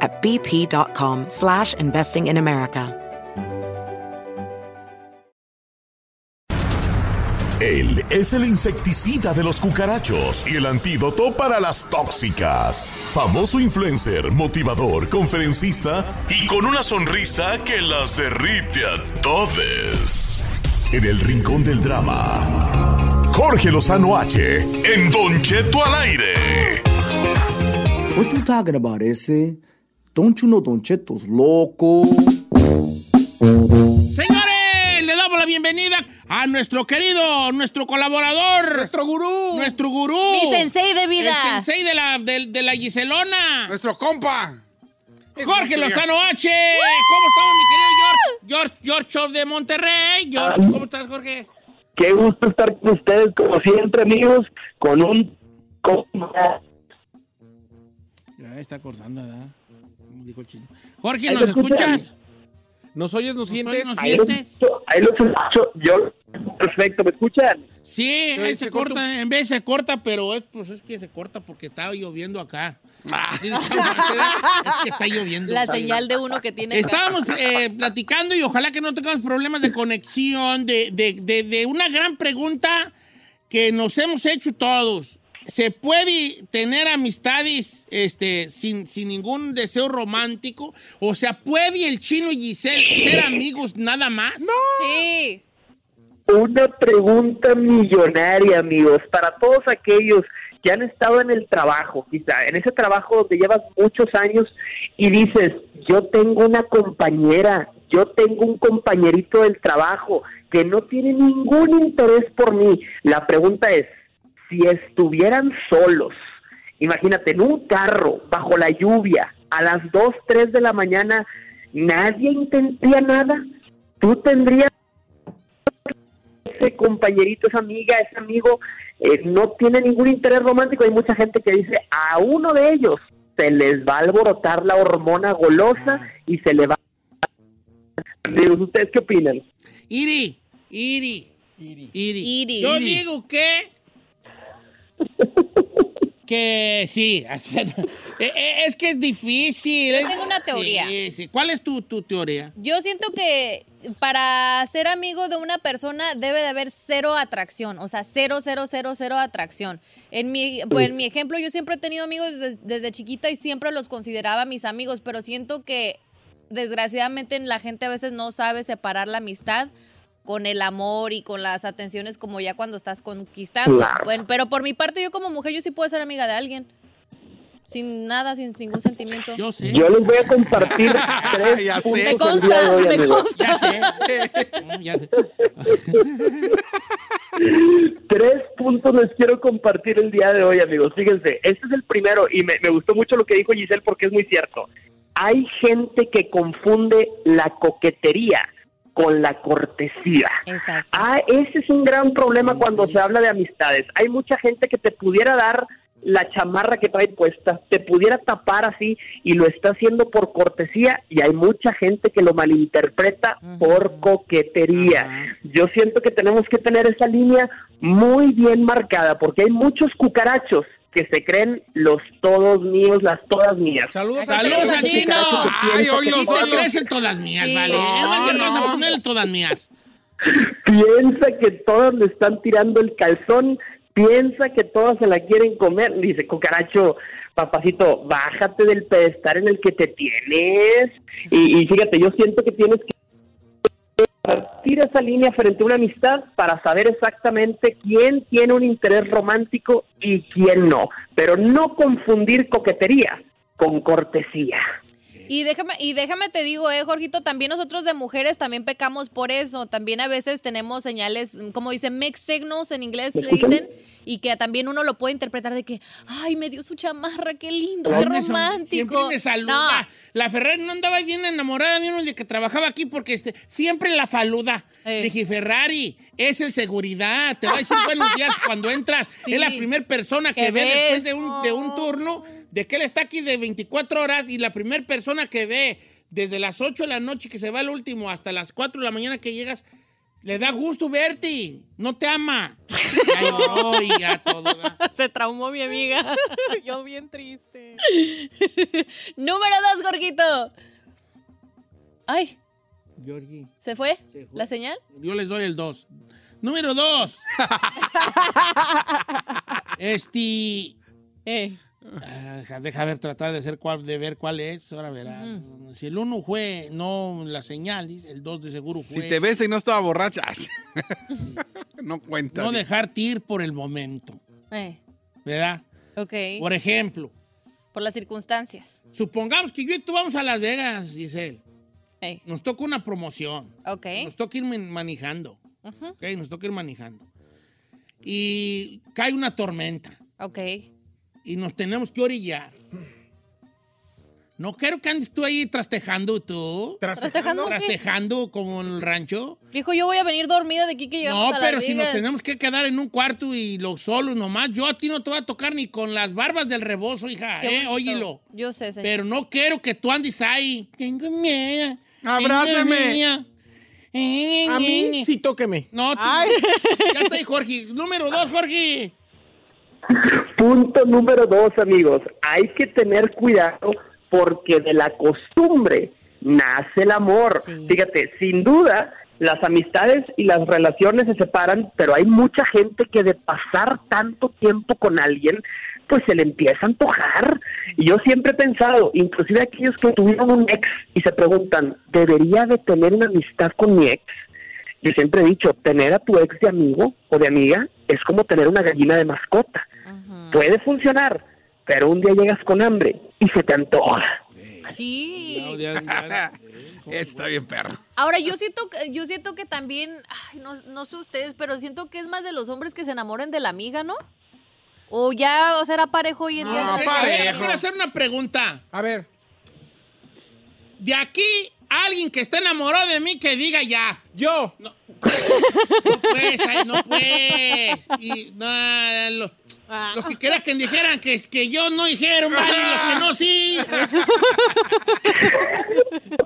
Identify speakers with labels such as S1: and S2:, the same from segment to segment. S1: at bp.com slash investing in America.
S2: Él es el insecticida de los cucarachos y el antídoto para las tóxicas. Famoso influencer, motivador, conferencista y con una sonrisa que las derrite a todos. En el rincón del drama, Jorge Lozano H. En Don Cheto al aire.
S3: What you talking about, ese? Don't you know Don Cheto's loco?
S4: Señores, le damos la bienvenida a nuestro querido, nuestro colaborador. Nuestro gurú. Nuestro gurú.
S5: Mi sensei de vida.
S4: El sensei de la, de, de la Giselona.
S6: Nuestro compa.
S4: Jorge Lozano H. ¿Cómo estamos, mi querido George? George, George Shaw de Monterrey. George, ¿cómo estás, Jorge?
S7: Qué gusto estar con ustedes, como siempre, amigos, con un... con-
S4: Ya está cortando, ¿verdad? Como dijo el chino. Jorge,
S7: Ahí
S4: ¿nos
S7: lo escuchan.
S4: escuchas?
S6: ¿Nos oyes, nos sientes?
S4: ¿Nos
S7: Ahí los
S4: sientes?
S7: escucho, ahí los escucho, yo... Perfecto, ¿me escuchan?
S4: Sí, ahí se,
S6: se
S4: corta,
S6: cortó.
S4: en vez se corta, pero es, pues es que se corta porque está lloviendo acá. Así de es que está lloviendo.
S5: La señal de uno que tiene.
S4: Estábamos eh, platicando y ojalá que no tengamos problemas de conexión, de, de- de- de una gran pregunta que nos hemos hecho todos. ¿Se puede tener amistades este, sin, sin ningún deseo romántico? O sea, ¿puede el chino y Giselle ser amigos nada más?
S5: Sí.
S7: Una pregunta millonaria, amigos, para todos aquellos que han estado en el trabajo, quizá, en ese trabajo donde llevas muchos años y dices, yo tengo una compañera, yo tengo un compañerito del trabajo que no tiene ningún interés por mí. La pregunta es, si estuvieran solos, imagínate, en un carro, bajo la lluvia, a las 2, 3 de la mañana, nadie intentaría nada, tú tendrías ese compañerito, esa amiga, ese amigo, eh, no tiene ningún interés romántico. Hay mucha gente que dice a uno de ellos se les va a alborotar la hormona golosa y se le va. Digo, ¿Ustedes qué opinan?
S4: Iri, Iri, Iri.
S5: Iri.
S4: Yo
S5: Iri.
S4: digo que. Que sí, así- eh, eh, es que es difícil.
S5: Yo
S4: es-
S5: tengo una teoría.
S4: Sí, sí. ¿Cuál es tu, tu teoría?
S5: Yo siento que para ser amigo de una persona debe de haber cero atracción, o sea, cero, cero, cero, cero atracción. En mi, pues, en mi ejemplo, yo siempre he tenido amigos des- desde chiquita y siempre los consideraba mis amigos, pero siento que desgraciadamente la gente a veces no sabe separar la amistad con el amor y con las atenciones como ya cuando estás conquistando.
S7: Claro.
S5: Bueno, pero por mi parte, yo como mujer, yo sí puedo ser amiga de alguien. Sin nada, sin ningún sentimiento.
S4: Yo sé.
S7: Yo les voy a compartir tres
S6: Ya sé.
S7: puntos
S5: me
S7: el día de
S5: consta,
S7: hoy,
S5: me
S7: amigos.
S5: consta.
S4: Ya sé. No, ya sé.
S7: Tres puntos les quiero compartir el día de hoy, amigos. Fíjense, este es el primero y me, me gustó mucho lo que dijo Giselle porque es muy cierto. Hay gente que confunde la coquetería con la cortesía.
S5: Exacto.
S7: Ah, ese es un gran problema cuando se habla de amistades. Hay mucha gente que te pudiera dar la chamarra que trae puesta, te pudiera tapar así y lo está haciendo por cortesía y hay mucha gente que lo malinterpreta por coquetería. Yo siento que tenemos que tener esa línea muy bien marcada porque hay muchos cucarachos que se creen los todos míos, las todas mías.
S6: Saludos a
S4: Saludos al
S5: Chino.
S4: chino.
S6: Ay, hoy
S4: Y
S6: los
S4: te
S6: oigo.
S4: crees en todas mías,
S5: Sí.
S4: vale. Es más,
S5: No,
S4: te vas a
S5: no.
S4: poner en todas mías.
S7: piensa que todas le están tirando el calzón, piensa que todas se la quieren comer. Dice, cucaracho, papacito, bájate del pedestal en el que te tienes. Y, y fíjate, yo siento que tienes que partir esa línea frente a una amistad para saber exactamente quién tiene un interés romántico y quién no. Pero no confundir coquetería con cortesía.
S5: Y déjame, y déjame te digo, eh, Jorgito, también nosotros de mujeres también pecamos por eso. También a veces tenemos señales, como dicen, mixed signals en inglés
S7: ¿Me
S5: le
S7: escuchan?
S5: dicen, y que también uno lo puede interpretar de que, ay, me dio su chamarra, qué lindo, qué
S4: Siempre me sal-
S5: romántico.
S4: Siempre me
S5: No,
S4: saluda. La Ferrari no andaba bien enamorada de uno de que trabajaba aquí porque este, siempre la saluda.
S5: Eh.
S4: Dije, Ferrari, es el seguridad. Te va a decir buenos días cuando entras.
S5: Sí.
S4: Es la primera persona que
S5: ¿Qué
S4: ve
S5: ves?
S4: después de un, de un turno de que él está aquí de 24 horas y la primera persona que ve desde las 8 de la noche que se va el último hasta las 4 de la mañana que llegas. Le da gusto verte, no te ama. Ay, ay, ya todo. ¿verdad?
S5: se traumó mi amiga.
S8: Yo bien triste.
S5: Número dos, Jorgito. Ay,
S4: Georgie.
S5: ¿se fue?
S4: Se fue.
S5: ¿La señal?
S4: Yo les doy el 2. Número 2. este.
S5: Eh.
S4: ah, deja- deja ver, tratar de, hacer cuál, de ver cuál es. Ahora verás. Si el 1 fue, no la señal, dice, el 2 de seguro fue.
S6: Si te ves y no estaba borracha, no cuenta.
S4: No dejarte ir por el momento.
S5: eh,
S4: ¿Verdad?
S5: ok.
S4: Por ejemplo,
S5: Por las circunstancias.
S4: supongamos que yo y tú vamos a Las Vegas, dice él.
S5: Eh,
S4: Nos toca una promoción.
S5: ok.
S4: Nos toca ir man- manejando.
S5: Ujú,
S4: ¿ok? Nos toca ir manejando. Y cae una tormenta.
S5: Ok.
S4: y nos tenemos que orillar. No quiero que andes tú ahí trastejando tú.
S5: ¿Trastejando qué?
S4: Trastejando como en el rancho.
S5: Dijo, yo voy a venir dormida de aquí que llegamos
S4: No,
S5: a Las
S4: pero si nos
S5: Vegas.
S4: tenemos que quedar en un cuarto y lo solo nomás, yo a ti no te voy a tocar ni con las barbas del rebozo, hija,
S5: Qué
S4: ¿eh?
S5: bonito.
S4: Óyelo.
S5: Yo sé, señor.
S4: Pero no quiero que tú andes ahí. Tengo miedo.
S6: Abrázame.
S4: Tengo miedo. Eh,
S6: A
S4: eh, eh.
S6: mí sí tóqueme.
S4: No, tú- ya está ahí, Jorge. Número dos, Jorge.
S7: Punto número dos, amigos. Hay que tener cuidado porque de la costumbre nace el amor.
S5: Sí.
S7: Fíjate, sin duda, las amistades y las relaciones se separan, pero hay mucha gente que de pasar tanto tiempo con alguien, pues se le empieza a antojar. Y yo siempre he pensado, inclusive aquellos que tuvieron un ex y se preguntan, ¿debería de tener una amistad con mi ex? Yo siempre he dicho, tener a tu ex de amigo o de amiga es como tener una gallina de mascota.
S5: Ujú.
S7: Puede funcionar, pero un día llegas con hambre y se te antoja.
S5: Sí.
S6: Está bien, perro.
S5: Ahora, yo siento, que- yo siento que también, ay, no, no sé ustedes, pero siento que es más de los hombres que se enamoren de la amiga, ¿no? O ya será parejo hoy en día.
S6: No,
S5: de
S4: Eh,
S5: la-
S6: parejo.
S4: eh, Quiero hacer una pregunta.
S6: A ver.
S4: De aquí, alguien que está enamorado de mí que diga ya.
S6: Yo.
S4: No pues, ay, no pues. Y no, lo- los que quieran que dijeran que, es que yo no dijeron, vale, los que no sí.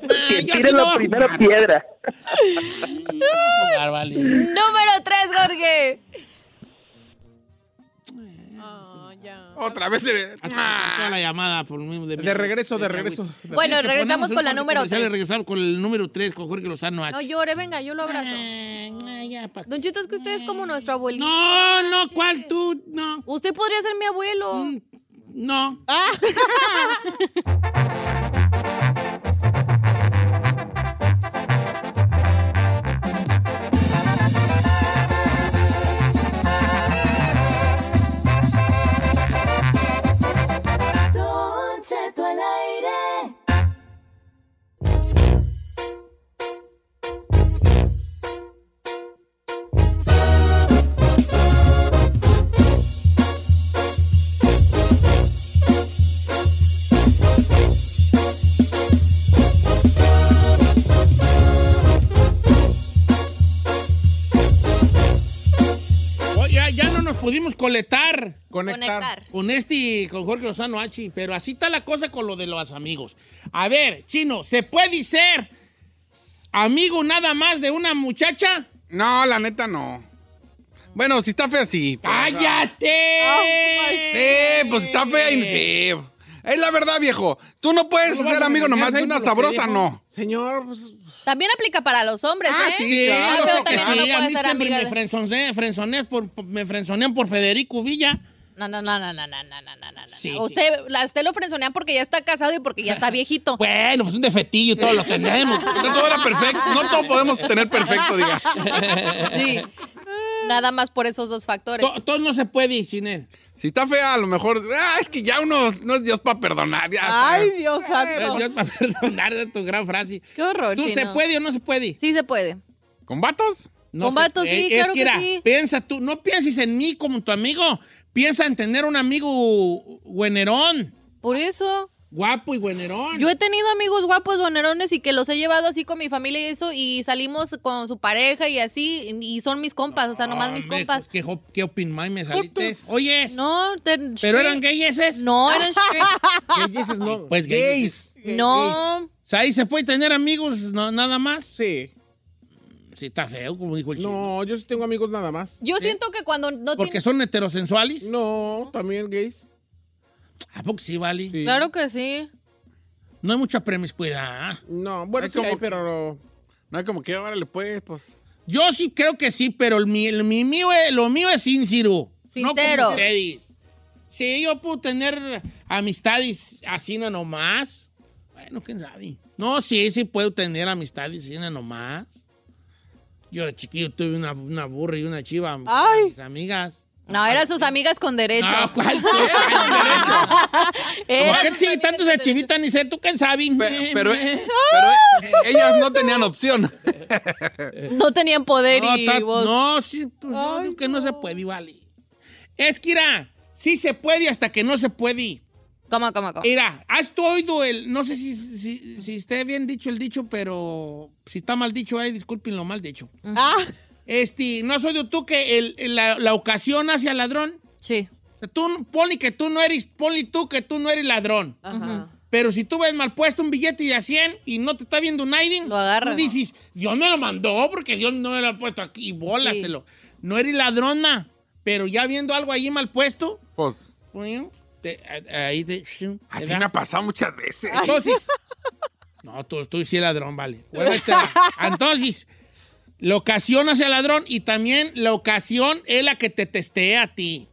S4: Nah,
S7: Que
S4: yo
S7: tire
S4: sí no voy
S7: la
S4: a
S7: primera
S4: jugar.
S7: piedra.
S4: Jugar, vale.
S5: Número tres, Jorge.
S8: Ah, ya.
S6: Otra vez. eh,
S4: Hasta toda la llamada por lo mismo ah. de, mí.
S6: De regreso, de regreso.
S5: Bueno,
S4: Fíjate,
S5: regresamos
S4: ponemos un
S5: con la
S4: corte
S5: número
S4: comercial y
S5: tres.
S4: Regresamos con el número 3 con Jorge Lozano H.
S5: No llore, venga, yo lo abrazo.
S4: Ah, ya, pa- Ah.
S5: Don Chito, es que usted es como nuestro abuelito.
S4: No, no, ¿cuál tú? No.
S5: Usted podría ser mi abuelo. Ah.
S4: Mm, No. Oh, ya, ya no nos pudimos coletar.
S6: Conectar.
S4: Con este, con Jorge Lozano Hachi, pero así está la cosa con lo de los amigos. A ver, chino, ¿se puede ser amigo nada más de una muchacha?
S6: No, la neta no. Bueno, si está fea, sí. pero, o sea,
S4: ¡Cállate!
S5: Oh,
S6: Sí, pues está fea y sí. Es la verdad, viejo. Tú no puedes
S4: No lo vas
S6: ser
S4: a
S6: amigo nomás de
S4: regañar, ahí
S6: una
S4: por lo que
S6: sabrosa,
S4: dijo.
S6: no. Señor, pues.
S5: También aplica para los hombres,
S6: Ah,
S5: ¿eh?
S6: sí,
S4: Sí,
S6: claro,
S4: yo sé
S5: pero
S4: que
S5: también
S4: sí, a
S5: uno puede
S4: mí
S5: ser
S4: siempre
S5: amiga
S4: me
S5: de-
S4: frenzoneé- frenzoneé por, por- me frenzonean por Federico Villa.
S5: No, no, no, no, no, no, no, no, no, no.
S4: Sí, sí.
S5: usted, la- usted lo frenzonean porque ya está casado y porque ya está viejito.
S4: Bueno, pues un defetillo, todos lo tenemos.
S6: No todo era perfecto. No todo podemos tener perfecto, diga.
S5: Sí. Nada más por esos dos factores.
S4: To- Todo no se puede ir sin él.
S6: Si está fea, a lo mejor. Ah, es que ya uno no es Dios para perdonar. ya está.
S8: Ay,
S4: Ah.
S8: Dios
S4: Pero
S8: santo.
S4: Dios va a perdonar de tu gran frase.
S5: Qué horror,
S4: Eh, ¿Tú se
S5: Chino.
S4: puede o no se puede?
S5: Sí se puede.
S6: ¿Con vatos?
S4: No
S5: Con
S4: se
S5: vato,
S4: puede.
S5: sí,
S4: Es
S5: claro que
S4: mira,
S5: sí.
S4: Piensa tú, no pienses en mí como tu amigo. Piensa en tener un amigo güenerón,
S5: Por eso,
S4: guapo y güenerón.
S5: yo he tenido amigos guapos, donerones, y que los he llevado así con mi familia y eso, y salimos con su pareja y así, y son mis compas, o sea, nomás mis
S4: Hombre,
S5: compas.
S4: pues, ¿Qué, jo- qué opin mai me saliste? Oye,
S5: No, te-
S4: pero eran gays esos.
S5: No, eran straight.
S4: no. Pues gays.
S5: No.
S4: O sea, ahí se puede tener amigos no- nada más.
S9: Sí.
S4: Sí, está feo, como dijo el chino.
S9: No, yo sí tengo amigos nada más.
S5: Yo siento que cuando no
S4: Porque
S5: tienes...
S4: son heterosensuales.
S9: No, también gays.
S4: ¿A poco sí, Vali?
S9: Sí.
S5: Claro que sí.
S4: No hay mucha promiscuidad.
S9: No, bueno,
S6: Es
S9: sí
S6: como
S9: hay,
S6: que-
S9: pero no.
S6: No es como que, órale, pues, pues.
S4: Yo sí creo que sí, pero el, mi- el- mi mío es- lo mío es sincero. No
S5: Sincero.
S4: como ustedes. Sí, yo puedo tener amistades así nada nomás. Bueno, quién sabe. No, sí, sí puedo tener amistades así nada nomás. Yo de chiquillo tuve una, una burra y una chiva. con
S8: Ay.
S4: Mis amigas.
S5: No, eran sus amigas con derecho.
S4: No, ¿cuál? ¿Por
S5: Eran
S4: qué
S5: sus
S4: sí,
S5: amigas
S4: tantos
S5: con
S4: achivitas ni sé tú quién sabe?
S6: Pe- Pero, pero eh, ellas no tenían opción.
S5: derecho. No tenían poder
S4: No,
S5: y
S4: ta-
S5: vos-
S4: no, sí, pues yo digo que no. se puede, vale. Es que, mira, sí se puede hasta que no se puede.
S5: ¿Cómo, cómo, cómo?
S4: Mira, has tú oído el, no sé si, si, si esté bien dicho el dicho, pero si está mal dicho, ahí disculpen lo mal dicho.
S8: Ah,
S4: Este, ¿no has oído tú que el- el- la, la ocasión hace al ladrón?
S5: Sí.
S4: O sea, Tú, ponle que tú no eres, ponle tú que tú no eres ladrón.
S8: ajá.
S4: Pero si tú ves mal puesto un billete de a 100 y no te está viendo nadie,
S5: Lo agarras.
S4: tú dices, Dios me lo mandó porque Dios no me lo ha puesto aquí, y bólatelo. No eres ladrona, pero ya viendo algo ahí mal puesto,
S6: Pues,
S4: te- ahí te...
S6: así
S4: te da.
S6: me ha pasado muchas veces.
S4: Entonces, no, tú, tú sí eres ladrón, vale. Bueno, ahí te va. Entonces, la ocasión hace al ladrón y también la ocasión es la que te testea a ti.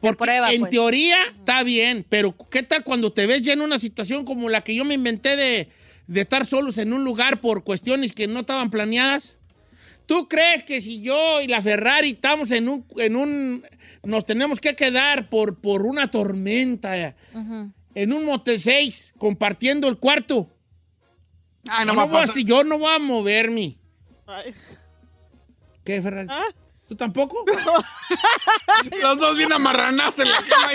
S4: Porque
S5: prueba,
S4: en
S5: pues.
S4: teoría está bien, pero ¿qué tal cuando te ves ya en una situación como la que yo me inventé de, de estar solos en un lugar por cuestiones que no estaban planeadas? ¿Tú crees que si yo y la Ferrari estamos en un... En un nos tenemos que quedar por, por una tormenta en un motel 6 compartiendo el cuarto?
S6: Ay, Ah, no,
S4: No,
S6: me
S4: no voy a-
S6: pasa.
S4: si yo no voy a moverme.
S8: Ay.
S4: ¿Qué, Ferrari? ¿Tú tampoco?
S6: ¿Ah? Los dos bien amarranados en la cama.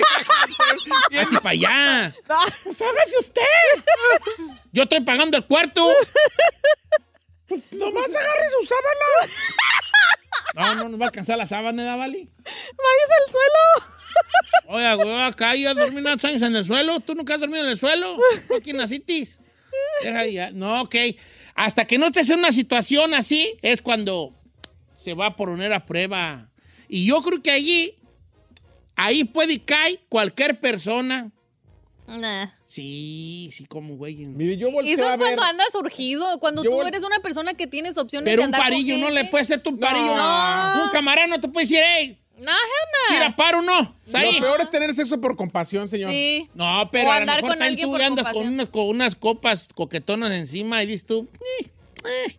S4: Vete para allá.
S8: Ah,
S4: Pues hágase usted. Yo estoy pagando el cuarto. Pues nomás agarre su sábana. No, no nos va a alcanzar la sábana, ¿verdad, Vali?
S8: ¡Váyase al suelo!
S4: Oiga, güey, acá yo dormí unos años en el suelo. ¿Tú nunca has dormido en el suelo? Aquí nacitis. Deja ya. No, ok. Hasta que no estés en una situación así, es cuando se va a poner a prueba. Y yo creo que allí, ahí puede y cae cualquier persona.
S5: Nah.
S4: Sí, sí, como güey.
S9: Mire, yo volteé
S5: Eso
S9: a
S5: es
S9: ver.
S5: cuando andas surgido, cuando
S9: Yo
S5: tú
S9: vol-
S5: eres una persona que tienes opciones de
S4: Pero un
S5: andar con
S4: parillo, no
S5: gente.
S4: le puede ser tú un parillo.
S5: No.
S4: Un camarada no te puede decir, hey,
S5: No, hell no.
S4: tira paro, no. Ahí.
S9: Lo peor es tener sexo por compasión, señor.
S5: Sí.
S4: No, pero
S5: O
S4: a lo
S5: andar
S4: mejor
S5: con
S4: también
S5: alguien
S4: tú
S5: por
S4: andas con
S5: compasión.
S4: unas, con unas copas coquetonas encima y dices tú, "Eh, eh".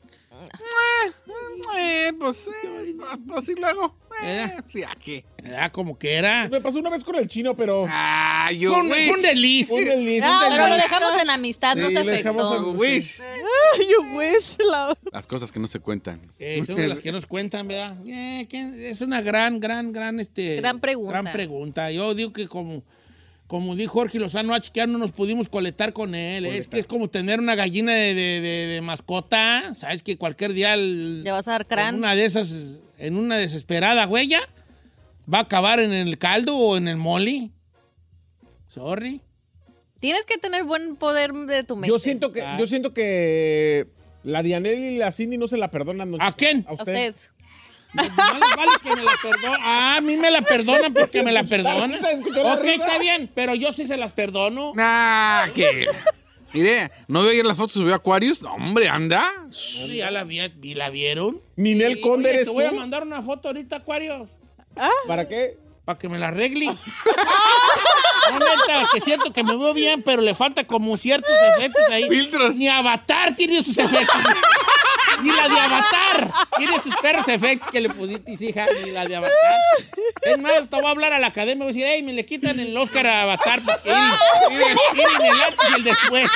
S6: Eh, pues, eh, pues sí lo hago. Eh,
S4: ¿Eh?
S6: sí, ¿a qué?
S4: ¿verdad? Como que era.
S9: Pues Me pasó una vez con el chino, pero.
S6: Ah, yo,
S4: Un,
S6: Wish. Ah,
S4: un desliz.
S9: Un desliz, un
S5: Ah, Pero lo
S9: desliz.
S5: dejamos en amistad, no
S9: Sí,
S5: se
S9: lo dejamos
S5: afectó.
S9: en-
S6: Wish.
S8: You wish, la...
S6: Las cosas que no se cuentan.
S4: Eh, son de las que nos cuentan, ¿verdad? Eh, que es una gran, gran, gran, este...
S5: Gran pregunta.
S4: Gran pregunta. Yo digo que como, como dijo Jorge Lozano H, que ya no nos pudimos coletar con él. ¿eh? Es que es como tener una gallina de, de- de- de mascota. Sabes que cualquier día... el-
S5: Le vas a dar
S4: En
S5: crán.
S4: una de esas, en una desesperada huella, va a acabar en el caldo o en el mole. Sorry.
S5: Tienes que tener buen poder de tu mente.
S9: Yo siento
S4: Ah.
S9: que, yo siento que la Dianel y la Cindy no se la perdonan. don
S4: ¿A
S9: Cheto.
S4: quién?
S9: A
S5: A
S9: usted.
S5: usted.
S4: No, no les vale que me la perdonen. Ah, a mí me la perdonan porque me la perdonan.
S9: escuchó la
S4: Ok,
S9: risa.
S4: está bien, pero yo sí se las perdono.
S6: Ah, que. Mire, ¿no veo ayer las fotos que subió Aquarius? Hombre, anda.
S4: Sí, ya la, vi- vi- la vieron.
S9: Ninel
S4: Oye,
S9: Conde eres
S4: te
S9: tú.
S5: Ah.
S4: voy a mandar una foto ahorita, Acuario.
S9: ¿Para qué?
S4: para que me la arregle. No, neta, que siento que me veo bien, pero le falta como ciertos efectos ahí. Filtros. Ni Avatar tiene sus efectos. Ni la de Avatar tiene sus perros efectos que le pusiste, hija. Ni la de Avatar. Es más, te voy a hablar a la academia. Voy a decir, hey, me le quitan el Oscar a Avatar. Porque miren, miren el antes y el después.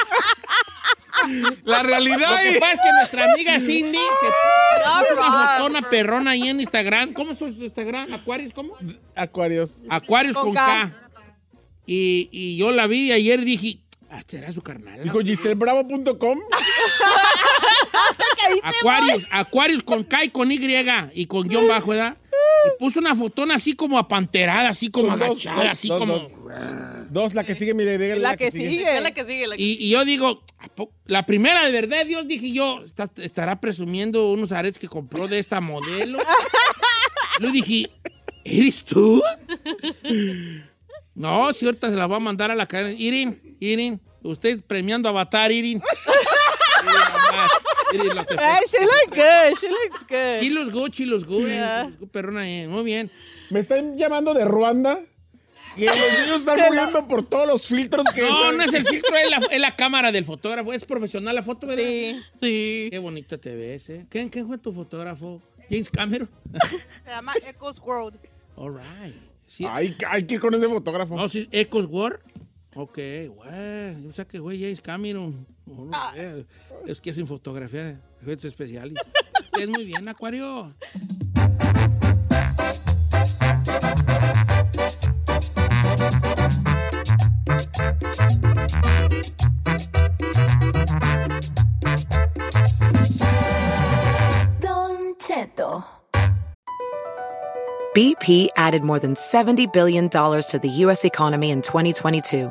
S6: La realidad
S4: Lo que
S6: es-
S4: pasa es que nuestra amiga Cindy se
S6: No,
S4: puso una
S6: Rob.
S4: fotona perrona ahí en Instagram. ¿Cómo es tu Instagram? ¿Acuarios? ¿Cómo?
S9: Acuarios.
S4: Acuarios con, K. Y, y yo la vi ayer y dije, "Ah, ¿será su carnal?
S9: Dijo giselbravo.com.
S4: Acuarios, Acuarios con K y con Y y con guión bajo, ¿verdad? Y puso una fotona así como apanterada, así como
S9: Son dos,
S4: agachada,
S9: dos,
S4: así
S9: dos,
S4: como...
S9: dos. Dos, la que sigue, mire, dígale
S8: La que sigue. La que sigue.
S4: Y, y yo digo, "¿A po- la primera de verdad, Dios dije yo, "Está- estará presumiendo unos aretes que compró de esta modelo. Yo dije, ¿eres tú? No, si ahorita se la va a mandar a la cadena. Irin, Irin, usted premiando Avatar, Irin. Irin, nomás, Irin, los efectos.
S8: Hey, she looks good. She looks good.
S4: Sí, los good, sí, los good,
S8: Yeah.
S4: los good, perrona, eh, muy bien.
S9: Me están llamando de Ruanda. Que los niños están muriendo por todos los filtros que.
S4: No, no es el filtro, es la, es la cámara del fotógrafo. Es profesional la foto, ¿verdad? Sí, sí. Qué bonita te ves, ¿eh? ¿Quién, quién fue tu fotógrafo? James Cameron.
S10: Se llama Echoes World.
S4: All right. eh.
S9: Ay, hay que ir con ese fotógrafo.
S4: No, sí, Echoes War. Ok, güey. Yo sé que, güey, James Cameron. No, no
S5: Ah.
S4: sé. Es que hacen fotografía, efectos especiales. Es muy bien, Acuario.
S11: Don Cheto.
S1: BP added more than $70 billion to the U.S. economy in 2022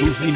S12: ¿Tus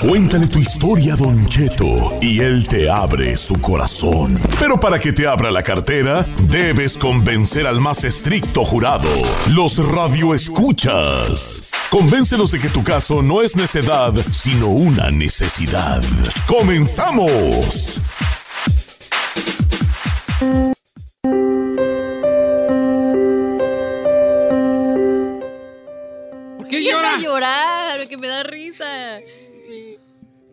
S2: Cuéntale tu historia, Don Cheto, y él te abre su corazón. Pero para que te abra la cartera, debes convencer al más estricto jurado, los radioescuchas. Convéncelos de que tu caso no es necedad, sino una necesidad. ¡Comenzamos!
S5: ¿Por qué llora? llorar, que me da risa.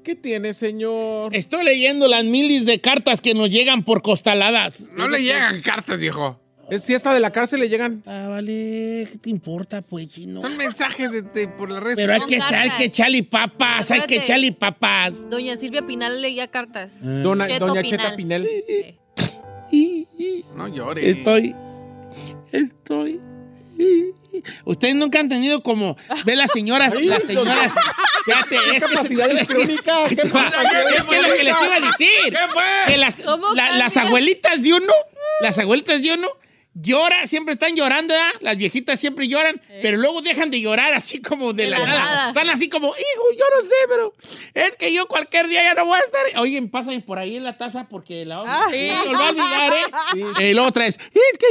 S4: ¿Qué tiene, señor? Estoy leyendo las milis de cartas que nos llegan por costaladas.
S6: No le llegan cartas, viejo.
S9: Si hasta de la cárcel le llegan.
S4: Ah, vale, ¿qué te importa, pues, chino?
S6: Son mensajes de, de- por las redes
S4: Pero hay
S5: Son
S4: que echar, hay
S5: cartas.
S4: que echarle papas, hay que
S5: Acuérdate.
S4: echarle papas.
S5: Doña Silvia Pinal leía cartas.
S4: Ah.
S9: Dona- Doña Cheta Pinel.
S6: No llores.
S4: Estoy. Estoy. Ustedes nunca han tenido como. Ve las señoras.
S9: Ay,
S4: las señoras.
S9: don-
S4: Fíjate,
S9: ¿Qué
S4: es que.
S9: capacidad
S4: es que
S9: histriónica? ¿Qué pasa?
S4: es que es lo que les iba a decir.
S9: ¿Qué fue?
S4: Que las,
S9: ¿Cómo
S4: la- las
S9: cambia?
S4: abuelitas de uno. Las abuelitas de uno. Llora, siempre están llorando, ¿verdad? Las viejitas siempre lloran, pero luego dejan de llorar así como de, la, nada. Están así como, hijo, yo no sé, pero es que yo cualquier día ya no voy a estar. Oye, pasan por ahí en la taza porque la vamos
S5: Sí.
S4: lo va a olvidar, ¿eh? El otra es, es que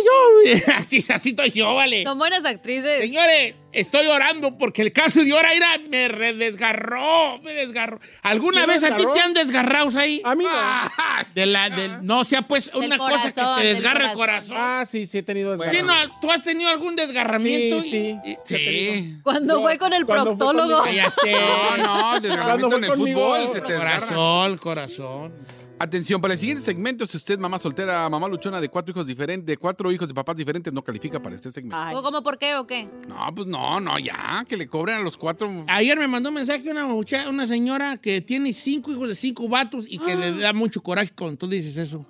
S4: yo, así, así estoy yo, vale.
S5: Son buenas actrices.
S4: Señores, estoy orando porque el caso de ahora era, me re- desgarró, me desgarró. ¿Alguna
S9: ¿Me
S4: vez a ti
S9: desgarró?
S4: te han desgarrado ahí? Ah, A mí no. De la, del- no, o sea, pues
S9: Del
S4: una cosa
S9: corazón,
S4: que te
S9: del
S4: desgarra el
S9: corazón.
S4: corazón. Pues,
S9: Ah, sí, sí he tenido
S4: Sí, no, ¿Tú has tenido algún desgarramiento? Sí, sí.
S5: Cuando fue con el proctólogo.
S4: Cállate.
S6: No, no, desgarramiento Cuando fue en el conmigo, fútbol se te desgarra.
S4: Corazón, corazón.
S6: Atención, para el siguiente segmento, si usted, mamá soltera, mamá luchona de cuatro hijos diferentes, de cuatro hijos de papás diferentes, no califica para este segmento.
S5: ¿O como por qué o qué?
S6: No, pues no, no, ya, que le cobren a los cuatro.
S4: Ayer me mandó un mensaje una muchacha, una señora que tiene cinco hijos de cinco vatos y que le da mucho coraje cuando tú dices eso.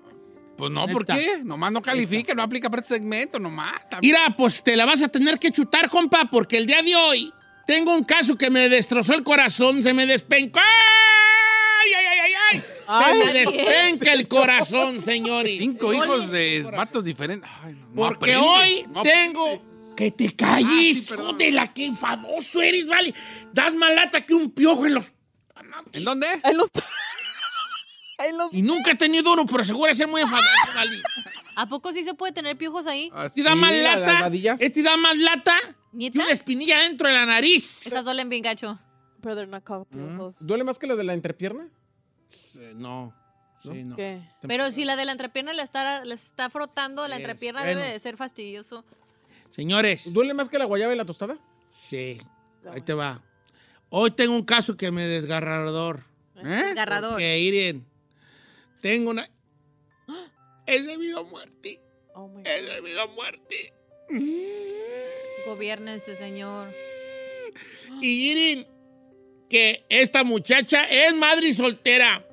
S6: Pues Ah. no, ¿por
S4: Neta.
S6: qué? Nomás no califica, no aplica para este segmento, nomás.
S4: Mira, pues te la vas a tener que chutar, compa, porque el día de hoy tengo un caso que me destrozó el corazón, se me despencó. ¡Ay, ay, ay, ay! ay! Se me
S6: Ay,
S4: despenca el corazón, señores.
S6: Cinco hijos de matos diferentes. Ay, no, no
S4: Porque
S6: aprende,
S4: hoy
S6: no
S4: tengo. ¡Que te
S9: Ah,
S4: calles! hijo de la que enfadoso eres, vale! Das más lata que un piojo en los.
S6: ¿En dónde?
S4: En los. Y nunca he tenido uno, pero seguro es ser muy enfadoso, vale.
S5: ¿A poco sí se puede tener piojos ahí?
S4: Este da más
S9: Sí, las
S4: lata.
S9: lavadillas.
S4: Este da más lata
S5: ¿Nieta?
S4: que una espinilla dentro de la nariz.
S5: Esas duelen bien gacho. Pero they're not called
S9: ¿Duele más que las de la entrepierna?
S4: Eh, no. Sí, no.
S5: ¿Qué? Pero si la de la entrepierna la está, la está frotando, la
S4: Sí,
S5: entrepierna
S4: bueno.
S5: debe de ser fastidioso.
S4: Señores.
S9: ¿Duele más que la guayaba y la tostada?
S4: Sí. Ahí te va. Hoy tengo un caso que me desgarrador.
S5: Desgarrador.
S4: Que Irene, tengo una. ¡Ah! Es debido a muerte. es debido a muerte.
S5: Gobiernense, señor.
S4: Y Irene, que esta muchacha es madre soltera.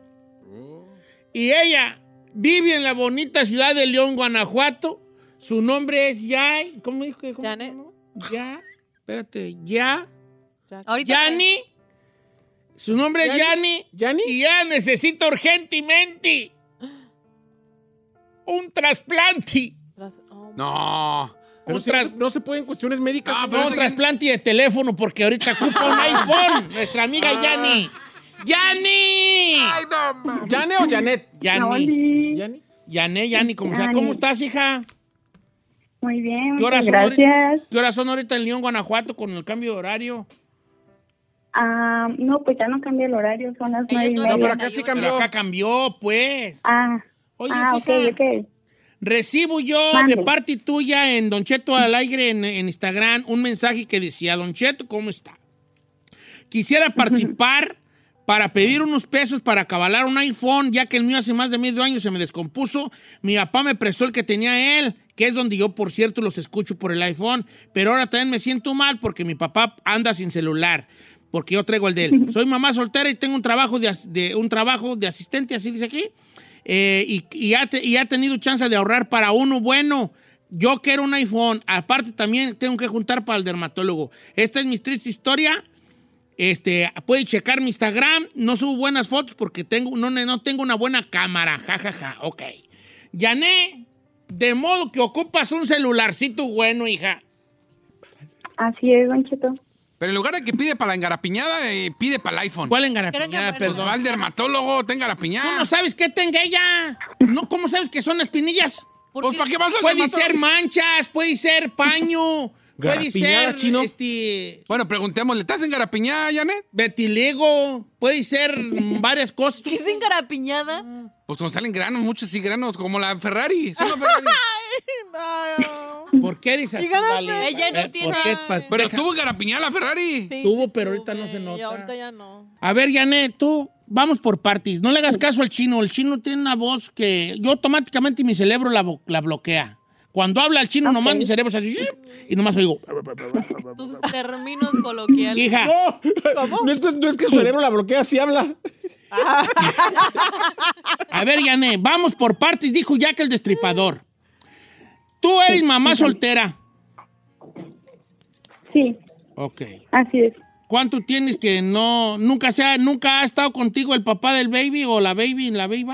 S4: Y ella vive en la bonita ciudad de León, Guanajuato. Su nombre es Yay. ¿Cómo dijo? que- cómo se llama? Ya. Espérate, ya.
S5: Ahorita
S4: Yani. Su nombre es Yani. Y ya necesita urgentemente un trasplante.
S6: No.
S4: Un
S9: Pero si
S4: tras-
S9: no, no se pueden cuestiones médicas.
S4: No,
S9: señor.
S4: pero un trasplante de teléfono porque ahorita ocupa un iPhone. Nuestra amiga Yani. ¡Yani!
S9: ¿Yane o Janet?
S4: Yani.
S9: Yani.
S4: Yani, Yani, como sea.
S11: Yani.
S4: ¿Cómo estás, hija?
S11: Muy bien,
S4: ¿Qué horas
S11: muchas
S4: son ahorita-
S11: gracias.
S4: ¿Qué horas son ahorita en León, Guanajuato, con el cambio de horario?
S11: Ah, no, pues ya no cambié el horario, son las nueve y media.
S4: Pero acá cambió, pues.
S11: Ah,
S4: Oye,
S11: ah ok,
S4: hija.
S11: ok.
S4: Recibo yo de parte tuya en Don Cheto al aire en, en Instagram un mensaje que decía, Don Cheto, ¿cómo está? Quisiera participar para pedir unos pesos para cabalar un iPhone, ya que el mío hace más de medio año se me descompuso. Mi papá me prestó el que tenía él, que es donde yo, por cierto, los escucho por el iPhone. Pero ahora también me siento mal porque mi papá anda sin celular, porque yo traigo el de él. Soy mamá soltera y tengo un trabajo de, as- de- un trabajo de asistente, así dice aquí. Eh, y, y ha te- y ha tenido chance de ahorrar para uno bueno. Yo quiero un iPhone. Aparte también tengo que juntar para el dermatólogo. Esta es mi triste historia. Este, puede checar mi Instagram. No subo buenas fotos porque tengo, no, no tengo una buena cámara. Ja, ja, ja. Ok. Yané, de modo que ocupas un celularcito bueno, hija.
S11: Así es, Don Cheto.
S6: Pero en lugar de que pide para la engarapiñada, eh, pide para el iPhone.
S4: ¿Cuál engarapiñada? Creo que-
S6: Perdón. Va al dermatólogo, tenga
S4: ¿Tú
S6: engarapiñada.
S4: no sabes qué tenga ella? No, ¿Cómo sabes que son espinillas?
S6: Pues, ¿para qué vas al
S4: Puede
S6: dermatólogo?
S4: ser manchas, puede ser paño, puede
S6: Garapiñada,
S4: ser
S6: chino.
S4: este,
S6: Bueno, preguntémosle, ¿estás engarapiñada, Janet?
S4: Betiligo, puede ser mm, varias cosas.
S5: ¿Qué es engarapiñada?
S6: Pues cuando salen granos, muchos sí granos, como la Ferrari. Es una Ferrari.
S4: ¿Por qué eres así,
S5: Dígame.
S4: vale?
S5: Ella no
S4: Eh, ¿por
S5: tiene-
S4: qué, pa-
S6: Pero
S4: deja-
S6: estuvo engarapiñada la Ferrari.
S4: Tuvo, pero ahorita no se nota.
S8: ahorita ya no.
S4: A ver, Janet, tú, vamos por partes. No le hagas caso al chino. El chino tiene una voz que yo automáticamente mi cerebro la, bo- la bloquea. Cuando habla el chino, nomás mi cerebro se hace y nomás oigo.
S5: Tus términos coloquiales.
S4: Hija.
S9: No, no es, que, no es que su cerebro la bloquea, sí habla.
S4: A ver, Yané, vamos por partes, dijo Jack el Destripador. Tú eres mamá soltera.
S11: Sí,
S4: Ok.
S11: así es.
S4: ¿Cuánto tienes que no, nunca sea, nunca ha estado contigo el papá del baby o la baby, la baby?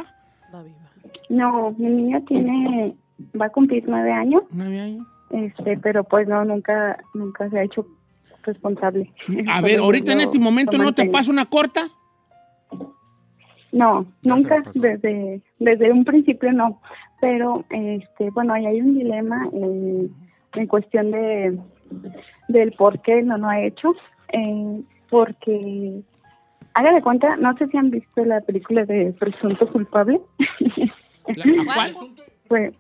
S11: No, mi niña tiene, va a cumplir nueve años,
S4: Nueve años.
S11: este, pero pues no, nunca, nunca se ha hecho responsable.
S4: A ver, ahorita en este momento no te pasa una corta.
S11: No, nunca, desde, desde un principio no, pero este, bueno, ahí hay un dilema en, en cuestión de del por qué no lo ha hecho, eh, porque haga de cuenta, no sé si han visto la película de Presunto Culpable,
S4: La- ¿Cuál?
S11: fue,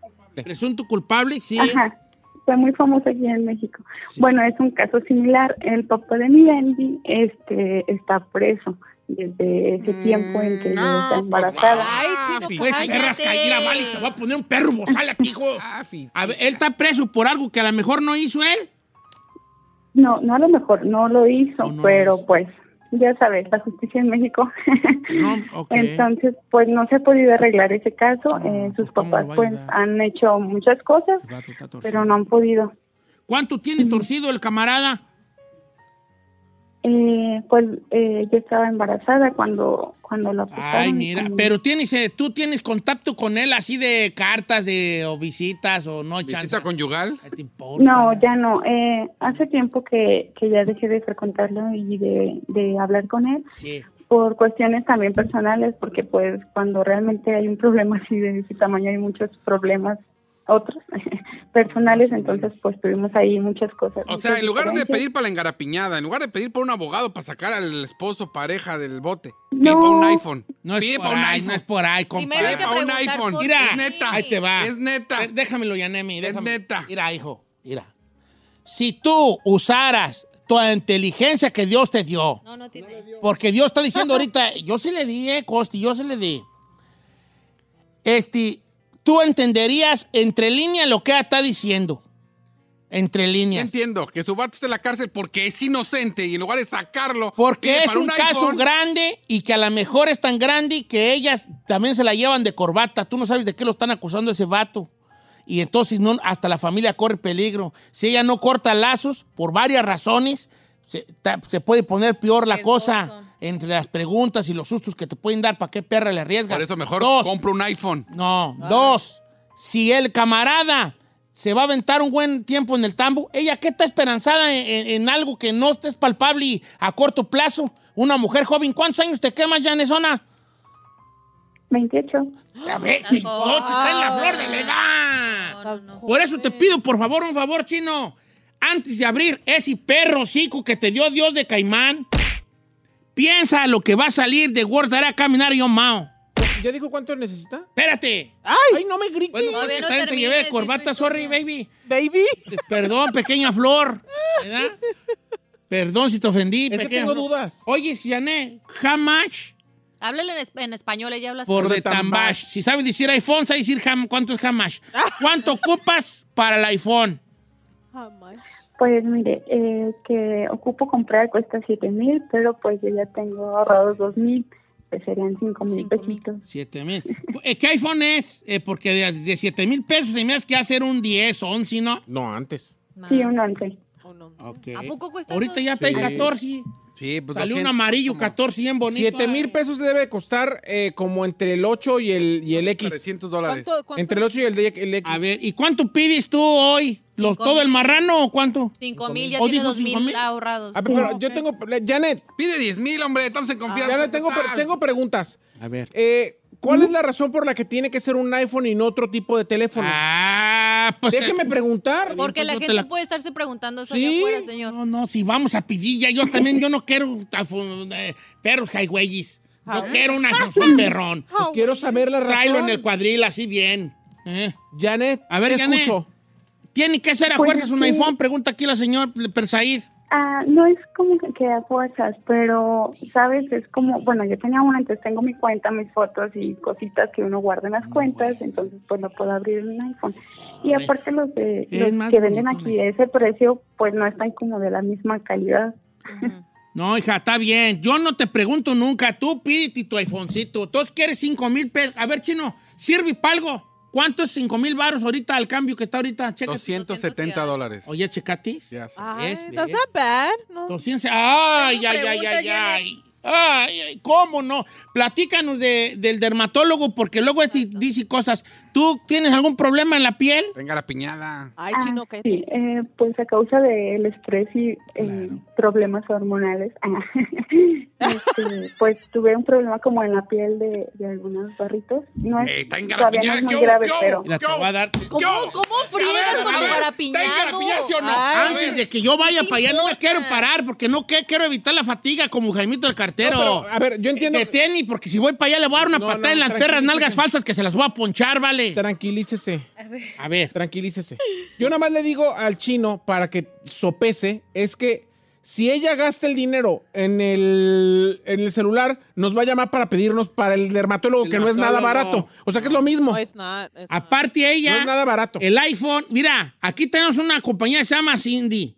S4: Presunto culpable, sí.
S11: ajá, fue muy famosa aquí en México. Bueno, es un caso similar, el papá de Milendi este, está preso, desde ese tiempo en que yo estaba embarazada.
S4: Pues perras caída, vale, te voy a poner un perro bozal aquí, hijo. A ver, él está preso por algo que a lo mejor no hizo él.
S11: No, no a lo mejor no lo hizo, pero pues ya sabes, la justicia en México. Entonces, pues no se ha podido arreglar ese caso. Eh, sus papás pues han hecho muchas cosas, pero no han podido.
S4: ¿Cuánto tiene torcido el camarada?
S11: Eh, pues eh, yo estaba embarazada cuando cuando la
S4: Ay, mira, pero tienes, eh, tú tienes contacto con él así de cartas de, o visitas o no, ¿Visita
S6: conyugal?
S11: No, ya no. Eh, hace tiempo que, que ya dejé de frecuentarlo y de, de hablar con él
S4: Sí.
S11: por cuestiones también personales, porque pues cuando realmente hay un problema así de ese tamaño hay muchos problemas otros personales, entonces pues tuvimos ahí muchas cosas.
S6: O sea, en lugar de pedir para la engarapiñada, en lugar de pedir por un abogado para sacar al esposo pareja del bote, pide para un iPhone.
S4: No es
S6: pide
S4: por
S6: para un
S4: ahí,
S6: iPhone.
S4: no es por ahí, compa. eh,
S6: Pide para un iPhone.
S4: Mira,
S6: es neta.
S4: Ahí te va.
S6: Es neta.
S4: A ver, déjamelo, Yanemi. Déjame. Es neta. Mira, hijo, mira. Si tú usaras toda inteligencia que Dios te dio,
S5: No, no tiene.
S4: porque Dios está diciendo ahorita, yo sí le di, eh, Costi, yo sí le di. Este, tú entenderías entre líneas lo que ella está diciendo. Entre
S6: Ya
S4: líneas.
S6: entiendo que su vato está en la cárcel porque es inocente y en lugar de sacarlo.
S4: Porque
S6: pide
S4: es
S6: para
S4: un, caso
S6: iPhone.
S4: grande y que a lo mejor es tan grande que ellas también se la llevan de corbata. Tú no sabes de qué lo están acusando a ese vato. Y entonces no, hasta la familia corre peligro. Si ella no corta lazos, por varias razones, se, ta- se puede poner peor la cosa entre las preguntas y los sustos que te pueden dar. ¿Para qué perra le arriesga?
S6: Por eso mejor
S4: Dos,
S6: compro un iPhone.
S4: no, dos. Si el camarada se va a aventar un buen tiempo en el tambo, ella que está esperanzada en, en- en algo que no es palpable y a corto plazo. Una mujer joven, ¿cuántos años te quemas, Janesona?
S11: 28.
S4: A ver, 28, está en la flor de la edad. Por eso te pido, por favor, un favor, chino. Antes de abrir ese perro cico que te dio Dios de Caimán, piensa lo que va a salir de Guardará a caminar yo, Mao.
S9: ¿Ya dijo cuánto necesita?
S4: Espérate.
S9: ¡Ay! no me grites!
S4: Bueno, es que también te llevé de corbata, sorry, baby.
S9: ¿Baby?
S4: Perdón, pequeña flor. ¿verdad? Perdón si te ofendí,
S9: que
S4: pequeña
S9: tengo
S4: flor. Oye, Jané, how much
S5: Háblale en, es- en español, ella habla
S4: por
S5: español.
S4: de tambash? Si sabes decir iPhone, sabes decir ham- cuánto es hamash. ¿Cuánto ocupas para el iPhone?
S11: Pues mire, eh, que ocupo comprar cuesta siete mil, pero pues yo ya tengo ahorrados dos mil, pues serían cinco mil pesitos.
S4: 7 mil. Eh, ¿Qué iPhone es? Eh, porque de, de 7 mil pesos se me hace que hacer un 10 o 11, ¿no?
S9: No, antes.
S11: Sí, un once.
S5: Pues,
S4: Ok.
S9: ¿A poco cuesta
S4: Ahorita
S9: eso?
S4: ya está en
S9: Sí.
S4: 14.
S6: Sí, pues
S4: Salió un
S9: doscientos,
S4: amarillo 14 bien bonito.
S9: 7 mil pesos debe de costar eh, como entre el 8 y el, y el X.
S6: 300
S4: dólares. ¿Cuánto- cuánto?
S9: Entre el 8 y el, de- el X.
S4: A ver, ¿y cuánto pides tú hoy? ¿Los,
S5: Cinco
S4: ¿Todo el
S5: mil.
S4: marrano o cuánto?
S5: 5 mil, ya
S4: ¿O
S5: tiene
S4: dijo
S5: 2
S4: cinco Ah,
S5: mil ahorrados.
S9: A ver, pero yo tengo. Janet.
S6: Pide 10 mil, hombre, estamos en confianza.
S9: Janet, tengo,
S6: ¿qué
S9: pre-
S6: tal?
S9: tengo preguntas.
S4: A ver. Uh.
S9: Eh, ¿Cuál es la razón por la que tiene que ser un iPhone y no otro tipo de teléfono?
S4: Ah, pues.
S9: Déjeme preguntar.
S5: Porque la
S9: Yo te
S5: gente puede estarse preguntando eso allá
S4: ¿Sí?
S5: afuera, señor.
S4: No, no, si vamos a pedir ya, yo también, yo no quiero tafo- eh, perros highways. Yo
S9: Ah.
S4: quiero una canción perrón.
S9: Pues quiero saber la razón.
S4: Tráelo en el cuadril así bien. ¿eh?
S9: Janet,
S4: a ver,
S9: te
S4: Janet,
S9: escucho. este
S4: ¿Tiene que ser a
S11: Pues
S4: fuerzas un
S11: sí.
S4: iPhone? Pregunta aquí la señora Persaid.
S11: Ah, no es como que- que a fuerzas, pero sabes, es como, bueno, yo tenía una, entonces tengo mi cuenta, mis fotos y cositas que uno guarda
S6: Ah,
S11: en las cuentas, entonces pues no puedo abrir en un iPhone. Y aparte los, de,
S4: Es
S11: los
S4: más
S11: que venden
S4: bonito,
S11: aquí de ese precio, pues no están como de la misma calidad.
S4: No, hija, está bien. Yo no te pregunto nunca. Tú pídete tu iPhonecito. Tú quieres 5 mil pesos. A ver, chino, sirve para algo. ¿Cuántos 5 mil baros ahorita al cambio que está ahorita? Checa.
S6: 270 dólares.
S4: Oye, checatis.
S6: Ya sé.
S8: Ay,
S4: ¿Ves?
S8: that's
S4: ¿Ves?
S8: not bad. No.
S4: 200. Ay,
S8: Tengo
S4: ay, ay,
S8: preguntas,
S4: ay,
S8: Janet.
S4: ay. Ay, ay, ¿cómo no? Platícanos de- del dermatólogo porque luego este dice cosas. ¿Tú tienes algún problema en la piel?
S6: Venga la piñada.
S8: Ay,
S11: Ah,
S8: chino,
S11: sí, eh, pues a causa del estrés y eh, problemas hormonales, ah, este, pues tuve un problema como en la piel de, de algunos barritos. No es,
S6: Eh, está en
S11: todavía no
S6: garapiñada.
S11: es
S6: ¿Qué
S11: muy
S6: hubo?
S11: grave,
S6: ¿Qué hubo?
S11: pero...
S4: Mira, te voy a dar.
S5: ¿Cómo, cómo friegas con tu garapiñado?
S6: ¿sí o no?
S5: Ay,
S4: Antes de que yo vaya
S5: ¿qué te
S4: para allá, no me
S5: importa?
S4: quiero parar porque no que- quiero evitar la fatiga como Jaimito el cartero. Eh,
S9: No, pero, a ver, yo entiendo-
S4: De tenis, porque si voy para allá le voy a dar una
S9: No,
S4: patada
S9: no,
S4: en las perras
S9: tranquilícese.
S4: nalgas falsas que se las voy a ponchar, vale.
S9: Tranquilícese.
S4: A ver.
S9: Tranquilícese. Yo nada más le digo al chino para que sopese, es que si ella gasta el dinero en el, en el celular, nos va a llamar para pedirnos para el dermatólogo, que no es nada
S4: dermatólogo.
S9: barato. O sea que es lo mismo.
S4: Ah. Aparte ella,
S9: No es nada barato.
S4: el iPhone, mira, aquí tenemos una compañía que se llama Cindy.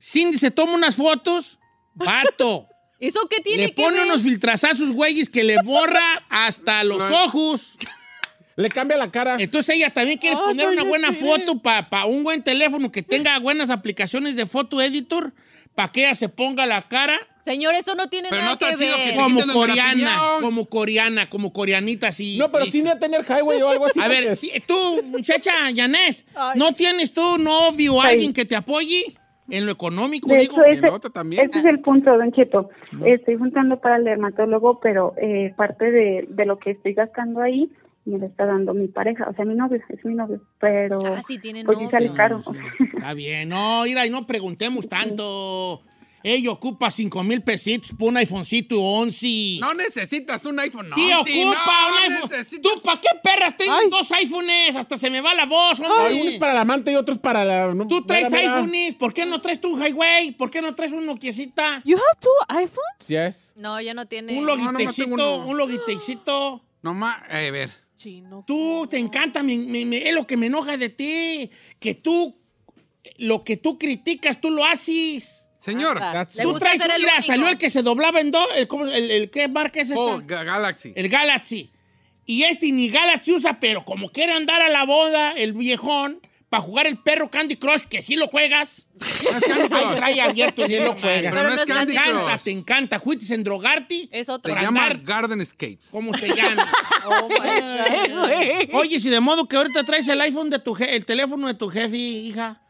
S4: Cindy se toma unas fotos, vato.
S13: ¿Eso qué tiene
S4: Le
S13: que
S4: pone
S13: ver?
S4: unos filtrazazos, güeyes, que le borra hasta los
S9: No.
S4: ojos.
S9: Le cambia la cara.
S4: Entonces ella también quiere
S9: Ah,
S4: poner
S9: no,
S4: una
S9: ya
S4: buena
S9: sé.
S4: foto para un buen teléfono que tenga buenas aplicaciones de foto editor para que ella se ponga la cara
S5: Señor, eso no tiene nada que ver.
S4: como coreana, como coreana, como coreanita así.
S9: No, pero
S4: Es-
S9: sí no tener highway o algo así.
S4: A ver,
S9: porque-
S4: sí, tú, muchacha Yanés, ¿no tienes tú novio o
S11: Ay.
S4: alguien que te apoye en lo económico?
S11: De
S4: digo,
S11: hecho, ese,
S4: en otra también.
S11: ese es el punto, Don Cheto. Estoy juntando para el dermatólogo, pero eh, parte de, de lo que estoy gastando ahí me lo está dando mi pareja, o sea, mi novio, es mi novio, pero
S5: sí tiene
S11: pues sí sale
S4: Ah, novio.
S11: caro.
S4: Está bien, no, mira, y no preguntemos tanto. Ella ocupa 5 mil pesitos por un iPhonecito 11.
S14: No necesitas un iPhone.
S4: Sí,
S14: no,
S4: ocupa
S14: no,
S4: un iPhone. ¿Tú para qué perras tengo dos iPhones? Hasta se me va la voz,
S9: Ay, unos
S4: hombre.
S9: para la amante y otros para la. no,
S4: Tú traes
S9: mira, mira.
S4: iPhones. ¿Por qué no traes tu Highway? ¿Por qué no traes un Nokiecita?
S8: You have two iPhones?
S9: Yes.
S5: No, ya no tiene.
S4: Un logitechito, un logitechito.
S14: No más, a ver.
S4: Tú te encanta, me- me- me- es lo que me enoja de ti, que tú, lo que tú criticas, tú lo haces.
S14: Señor,
S4: That's-
S14: Le
S4: tú
S14: gusta
S4: traes,
S14: ser el
S4: mira,
S14: único.
S4: salió el que se doblaba en dos, el, ¿cómo- el- el- ¿qué marca es esa?
S14: Oh, Ga- Galaxy.
S4: el Galaxy. Y este ni Galaxy usa, pero como quiere andar a la boda, el viejón, para jugar el perro Candy Crush, que sí lo juegas. Ahí trae abierto y
S14: Sí
S4: él lo
S14: lo
S4: juega.
S14: juegas. Pero no es
S4: te
S14: Candy
S4: encanta,
S14: Crush.
S4: te encanta. Juites en drogarte.
S5: Es
S14: Se llama Garden Escapes.
S4: ¿Cómo se llama?
S14: Oh,
S4: Oye, si de modo que ahorita traes el iPhone de tu je- el teléfono de tu jefe, hija.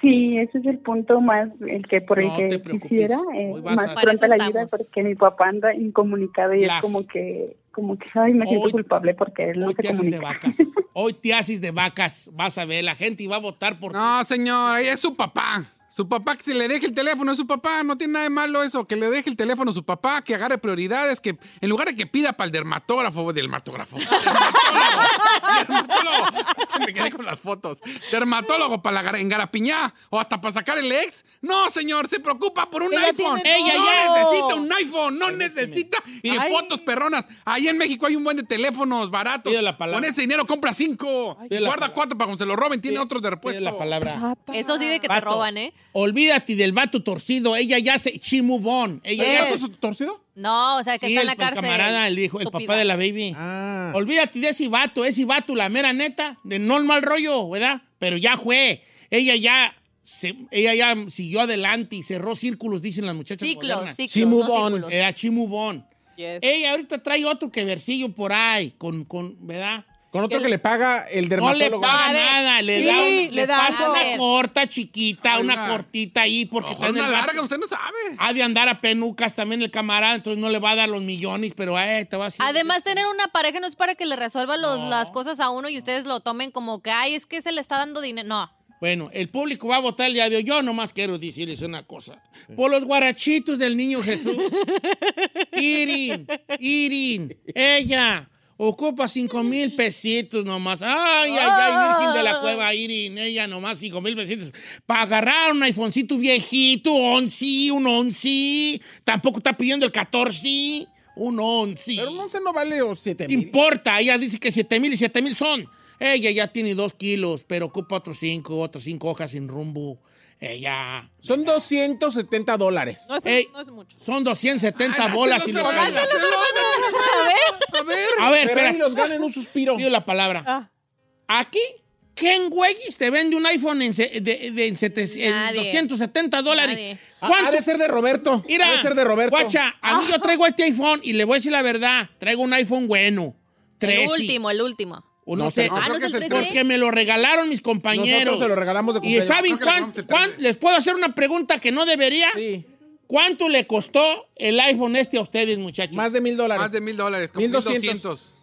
S11: Sí, ese es el punto más, el que por el
S4: No te
S11: que
S4: preocupes,
S11: quisiera, eh,
S4: hoy vas
S11: más
S4: a- Para
S11: pronto
S4: eso
S11: la ayuda,
S4: estamos.
S11: porque mi papá anda incomunicado y
S4: La-
S11: es como que, como que, ay, me siento
S4: Hoy-
S11: culpable porque él no
S4: Hoy
S11: se
S4: te haces de
S11: comunica.
S4: vacas. Hoy te haces de vacas. Vas a ver, la gente va a votar por
S14: No, señor, ahí es su papá. Su papá, que si le deje el teléfono, es su papá. No tiene nada de malo eso. Que le deje el teléfono a su papá, que agarre prioridades, que en lugar de que pida para el dermatógrafo, dermatógrafo. Dermatólogo. Se me quedé con las fotos. Dermatólogo para la gar- engarapiñá o hasta para sacar el ex. No, señor, se preocupa por un
S4: Ella
S14: iPhone.
S4: tiene
S14: Ella
S4: todo.
S14: ya necesita un iPhone, no necesita y
S4: Ay.
S14: fotos perronas. Ahí en México hay un buen de teléfonos baratos.
S4: Pide la palabra.
S14: Con ese dinero compra cinco.
S4: Pide la
S14: guarda cuatro para cuando se lo roben. Tiene
S4: Pide-
S14: otros de repuesto.
S4: la palabra.
S5: Eso sí de que te
S4: Vato.
S5: roban, ¿eh?
S4: Olvídate del vato torcido. Ella ya se. She move on. Ella
S14: Eh,
S4: ya
S9: ¿Eso es torcido?
S5: No, o sea, que
S4: Sí,
S5: está en
S4: el,
S5: la
S4: el
S5: cárcel.
S4: camarada, el hijo, el
S5: Estúpida.
S4: papá de la baby. Olvídate de ese vato, ese vato, la mera neta, de no el mal rollo, ¿verdad? Pero ya fue. Ella ya, se- ella ya siguió adelante y cerró círculos, dicen las muchachas.
S5: Ciclos,
S4: modernas.
S5: ciclos, She moved no on. círculos.
S4: Era she move on.
S8: Yes.
S4: Ella ahorita trae otro que versillo por ahí, con, con, ¿verdad?
S9: Con otro que le paga el
S4: No le
S9: dermatólogo.
S4: paga nada, le da un- le, pasa
S9: eso.
S4: una corta chiquita,
S14: Ay,
S4: una,
S14: una-
S4: cortita ahí, porque
S14: Ojo, una
S4: vato-
S14: larga, usted no sabe.
S4: Ha de andar a penucas también el camarada, entonces no le va a dar los millones, pero eh, te va a decir,
S5: Además, tener una pareja no es para que le resuelva los- las cosas a uno y ustedes lo tomen como que, ay, es que se le está dando dinero. No.
S4: Bueno, el público va a votar el día de hoy. Yo nomás quiero decirles una cosa. Por los guarachitos del niño Jesús. Irin, Irin, ella ocupa cinco mil pesitos nomás. Ay, ay, ay, Virgen de la Cueva, Irin, ella nomás cinco mil pesitos. Para agarrar un iPhonecito viejito, once, un once. Tampoco está pidiendo el 14, un once. Pero un
S9: once no vale o siete
S4: mil. importa, ella dice que siete mil y siete mil son. Ella ya tiene dos kilos, pero ocupa otros cinco, otras cinco hojas sin rumbo. Ella.
S9: Son 270 dólares.
S4: No es- Ey. no Son 270 bolas y lo
S9: hermanos,
S4: gana.
S5: A ver.
S9: A ver,
S4: A ver, espera.
S9: ahí los ganan un suspiro.
S4: Pido la palabra.
S9: Ah.
S4: Aquí, ¿quién güeyes te vende un iPhone en, se- de- de- en sete- en
S9: Nadie.
S4: 270 dólares?
S9: Nadie. Ha- ha de ser de Roberto.
S4: Mira,
S9: Ha de ser de Roberto.
S4: Guacha, a mí
S9: Ah.
S4: yo traigo este iPhone y le voy a decir la verdad. Traigo un iPhone bueno.
S5: El
S4: 13.
S5: último, el último.
S4: O no,
S9: No,
S4: sé.
S9: pero
S5: Ah, ¿no creo es que el es el 13? 13.
S4: Porque me lo regalaron mis compañeros.
S9: Nosotros se lo regalamos de
S4: ¿Y
S9: cumpleaños.
S4: saben
S9: Creo que le
S4: cuán-
S9: regalamos el
S4: cuán- ¿Les puedo hacer una pregunta que no debería? ¿Cuánto le costó el iPhone este a ustedes, muchachos? Más
S9: de mil dólares.
S14: Más de mil dólares. Mil
S4: 1200.
S14: doscientos.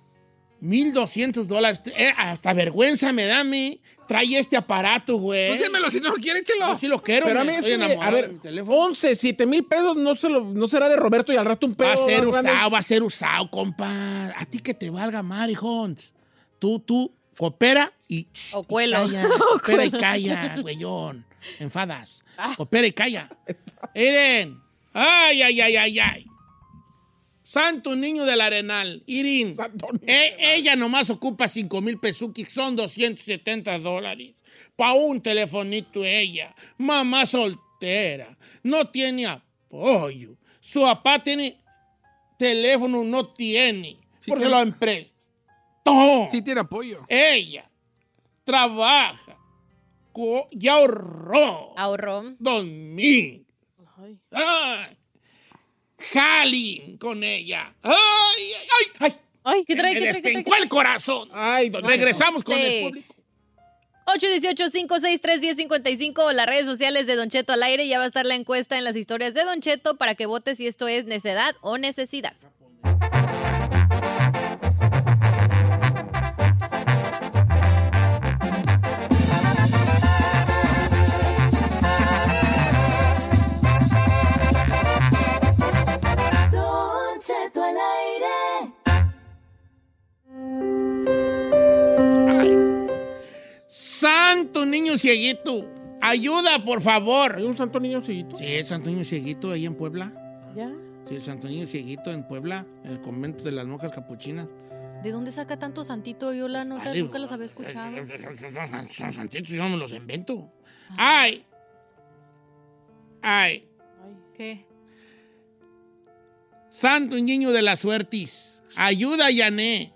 S4: 1200 dólares. Eh, hasta vergüenza me da a mí. Trae este aparato, güey.
S14: Pues dímelo, si no lo quiere, échelo.
S4: Yo sí lo quiero,
S9: Pero a
S4: me
S9: mí es
S4: estoy
S9: que, mire, a
S4: enamorado de
S9: ver,
S4: mi teléfono.
S9: 11, 7 mil pesos no, se lo- no será de Roberto y al rato un pedo.
S4: Va a ser
S9: más grande.
S4: usado, va a ser usado, compa. A ti que te valga, Mary Jones. Tú, tú, Coopera y...
S5: O cuelo. Ah.
S4: Calla, coopera y calla, güeyón. Enfadas. Coopera y calla. Iren. Ay, ay, ay, ay, ay. Santo niño del arenal. Irin. E- ella nomás ocupa 5 mil pesuquis, son 270 dólares. Pa' un telefonito ella. Mamá soltera. No tiene apoyo. Su papá tiene teléfono, no tiene. porque
S14: tiene-
S4: lo emprestó.
S14: Sí tiene apoyo.
S4: Ella trabaja co- y ahorró.
S5: Ahorró.
S4: Dos mil. Ay. Jalín con ella. Ay, ay, ay, ay.
S5: ¿Qué trae,
S4: Me
S5: qué trae, qué
S4: despencó el corazón. Regresamos con el público.
S5: 818-563-1055 o las redes sociales de Don Cheto al aire. Ya va a estar la encuesta en las historias de Don Cheto para que vote si esto es necedad o necesidad.
S15: Don Cheto al aire.
S4: Santo niño cieguito. Ayuda, por favor. ¿Hay un santo niño cieguito? Sí, el santo niño cieguito ahí en Puebla.
S8: ¿Ya?
S4: Sí, el santo niño cieguito en Puebla, en el convento de las monjas capuchinas.
S5: ¿De dónde saca tanto santito? Yo la nota
S4: Vale,
S5: nunca los había escuchado.
S4: Son, son- son- son santitos, yo no me los invento. ¡Ay! ¡Ay!
S5: ¿Qué?
S4: Santo niño de las suertis. Ayuda a Yané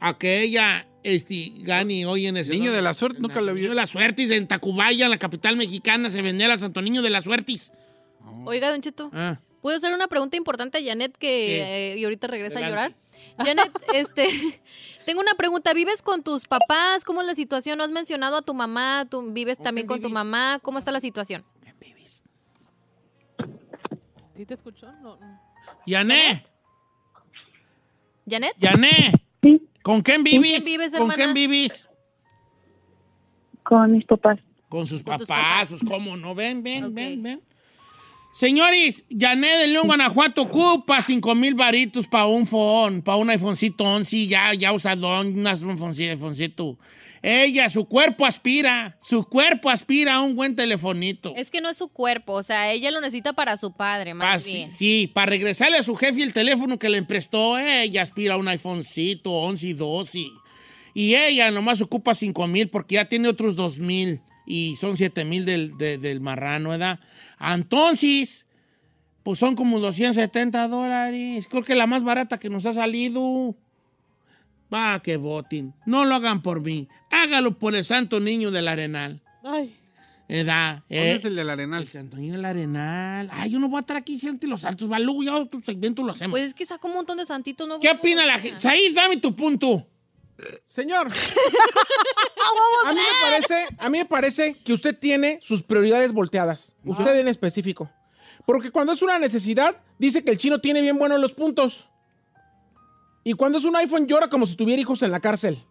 S4: a que ella este, gane hoy en ese.
S14: Niño de la
S4: suerte, nunca lo vio. Niño de la suertis en Tacubaya, en la capital mexicana, se vendía al Santo Niño de las suertis.
S5: Oiga, Don Cheto.
S4: Ah.
S5: ¿Puedo hacer una pregunta importante a Janet
S4: Sí.
S5: que eh, y ahorita regresa
S4: Adelante.
S5: a llorar? Janet, este, tengo una pregunta. ¿Vives con tus papás? ¿Cómo es la situación? ¿No has mencionado a tu mamá? ¿Tú vives también con tu mamá? ¿Cómo está la situación?
S8: ¿Sí te escuchó? No, no.
S4: Yané,
S5: ¿Janet?
S4: Yané. ¿Con quién vives?
S5: quién vives,
S4: ¿Con quién
S5: hermana?
S4: vives?
S11: con mis papás.
S4: Con sus papás, sus cómo no. Ven, ven, ven, ven. Señores, Yané de León, Guanajuato, ocupa 5 mil varitos para un phone, para un iPhonecito 11, ya, ya usadón, un iPhonecito, iPhonecito. Ella, su cuerpo aspira, su cuerpo aspira a un buen telefonito.
S5: Es que no es su cuerpo, o sea, ella lo necesita para su padre,
S4: Ah,
S5: más
S4: sí,
S5: bien.
S4: sí, para regresarle a su jefe el teléfono que le emprestó, ella aspira a un iPhonecito 11 y 12. Y ella nomás ocupa 5 mil porque ya tiene otros 2 mil y son 7 mil del, de- del marrano, ¿verdad? Entonces, pues son como 270 dólares. Creo que la más barata que nos ha salido. Va, que voten. No lo hagan por mí. Hágalo por el santo niño del arenal.
S8: Ay.
S4: Edad.
S14: ¿Dónde es
S4: el del Arenal? eh, El Santo Niño del Arenal. Ay, yo no voy a estar aquí diciéndote los altos. Va, luego ya otro segmento lo hacemos.
S5: Pues es que sacó un montón de santitos nuevos.
S4: ¿Qué opina la gente? Said, dame tu punto.
S9: Señor. A mí me parece, a mí me parece que usted tiene sus prioridades volteadas. Usted en específico. Porque cuando es una necesidad, dice que el chino tiene bien buenos los puntos. Y cuando es un iPhone, llora como si tuviera hijos en la cárcel.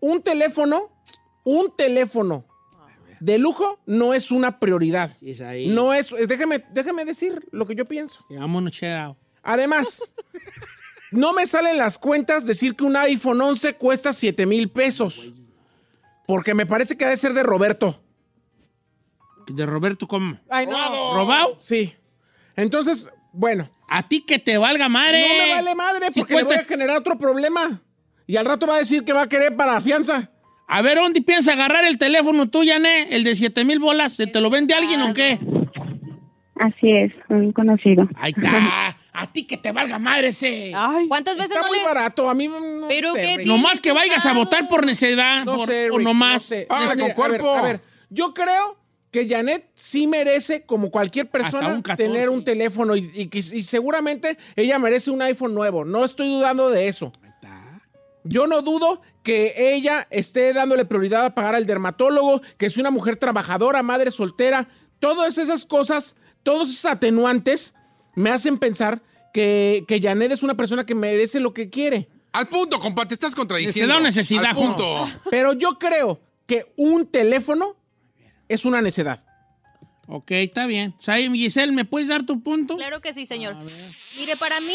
S9: Un teléfono, un teléfono de lujo no es una prioridad. No es, déjeme, déjeme decir lo que yo pienso.
S4: Vámonos, chera.
S9: Además, no me salen las cuentas decir que un iPhone 11 cuesta 7 mil pesos. Porque me parece que ha de ser de Roberto.
S4: ¿De Roberto cómo?
S9: Ay, no.
S4: ¿Robado?
S9: Sí. Entonces, bueno.
S4: A ti que te valga madre.
S9: No me vale madre
S4: Si
S9: porque le voy a
S4: cuentas-
S9: generar otro problema. Y al rato va a decir que va a querer para la fianza.
S4: A ver, ¿dónde piensa agarrar el teléfono tú, Yané? El de 7 mil bolas. ¿Se te lo vende alguien o qué?
S11: Así es, un conocido.
S4: Ahí está. A ti que te valga madre ese.
S5: ¿Cuántas veces
S9: Está
S5: no
S9: muy
S5: le-
S9: barato. A mí no
S5: Pero
S9: sé,
S5: qué
S9: Rick.
S4: No más que vayas a votar por necedad.
S9: No
S4: por-
S9: sé,
S4: o
S9: Rick,
S4: no más.
S9: no sé.
S4: Necedad.
S9: Mira, A ver, a ver, yo creo que Janet sí merece, como cualquier persona,
S4: Hasta un 14.
S9: tener un teléfono y, y que- y seguramente ella merece un iPhone nuevo. No estoy dudando de eso. Yo no dudo que ella esté dándole prioridad a pagar al dermatólogo, que es una mujer trabajadora, madre soltera. Todas esas cosas, todos esos atenuantes me hacen pensar que, que Janet es una persona que merece lo que quiere.
S14: Al punto, compa, te estás contradiciendo.
S9: Necesidad o
S4: necesidad,
S14: Al punto.
S9: Pero yo creo que un teléfono es una necedad.
S4: Ok, está bien. Said, Giselle, ¿me puedes dar tu punto?
S5: Claro que sí, señor. Mire, para mí,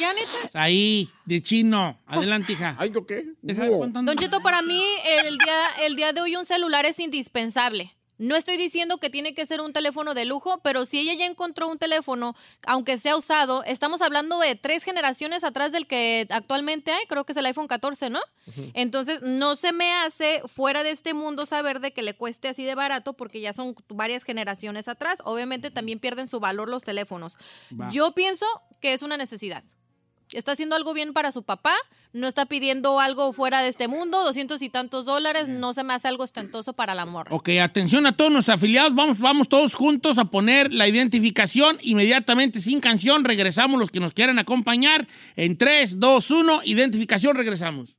S5: Ya neta.
S4: Ahí, de chino. Adelante, hija.
S9: Ay, ¿yo qué?
S4: Deja de contar.
S5: Don Cheto, para mí el día, el día de hoy un celular es indispensable. No estoy diciendo que tiene que ser un teléfono de lujo, pero si ella ya encontró un teléfono, aunque sea usado, estamos hablando de tres generaciones atrás del que actualmente hay, creo que es el iPhone 14, ¿no? Entonces, no se me hace fuera de este mundo saber de que le cueste así de barato porque ya son varias generaciones atrás. Obviamente también pierden su valor los teléfonos.
S13: Va.
S5: Yo pienso que es una necesidad. Está haciendo algo bien para su papá, no está pidiendo algo fuera de este mundo, doscientos y tantos dólares, no se me hace algo ostentoso para la morra.
S4: Ok, atención a todos los afiliados. Vamos, vamos todos juntos a poner la identificación inmediatamente sin canción. Regresamos los que nos quieran acompañar. En 3, 2, 1, identificación, regresamos.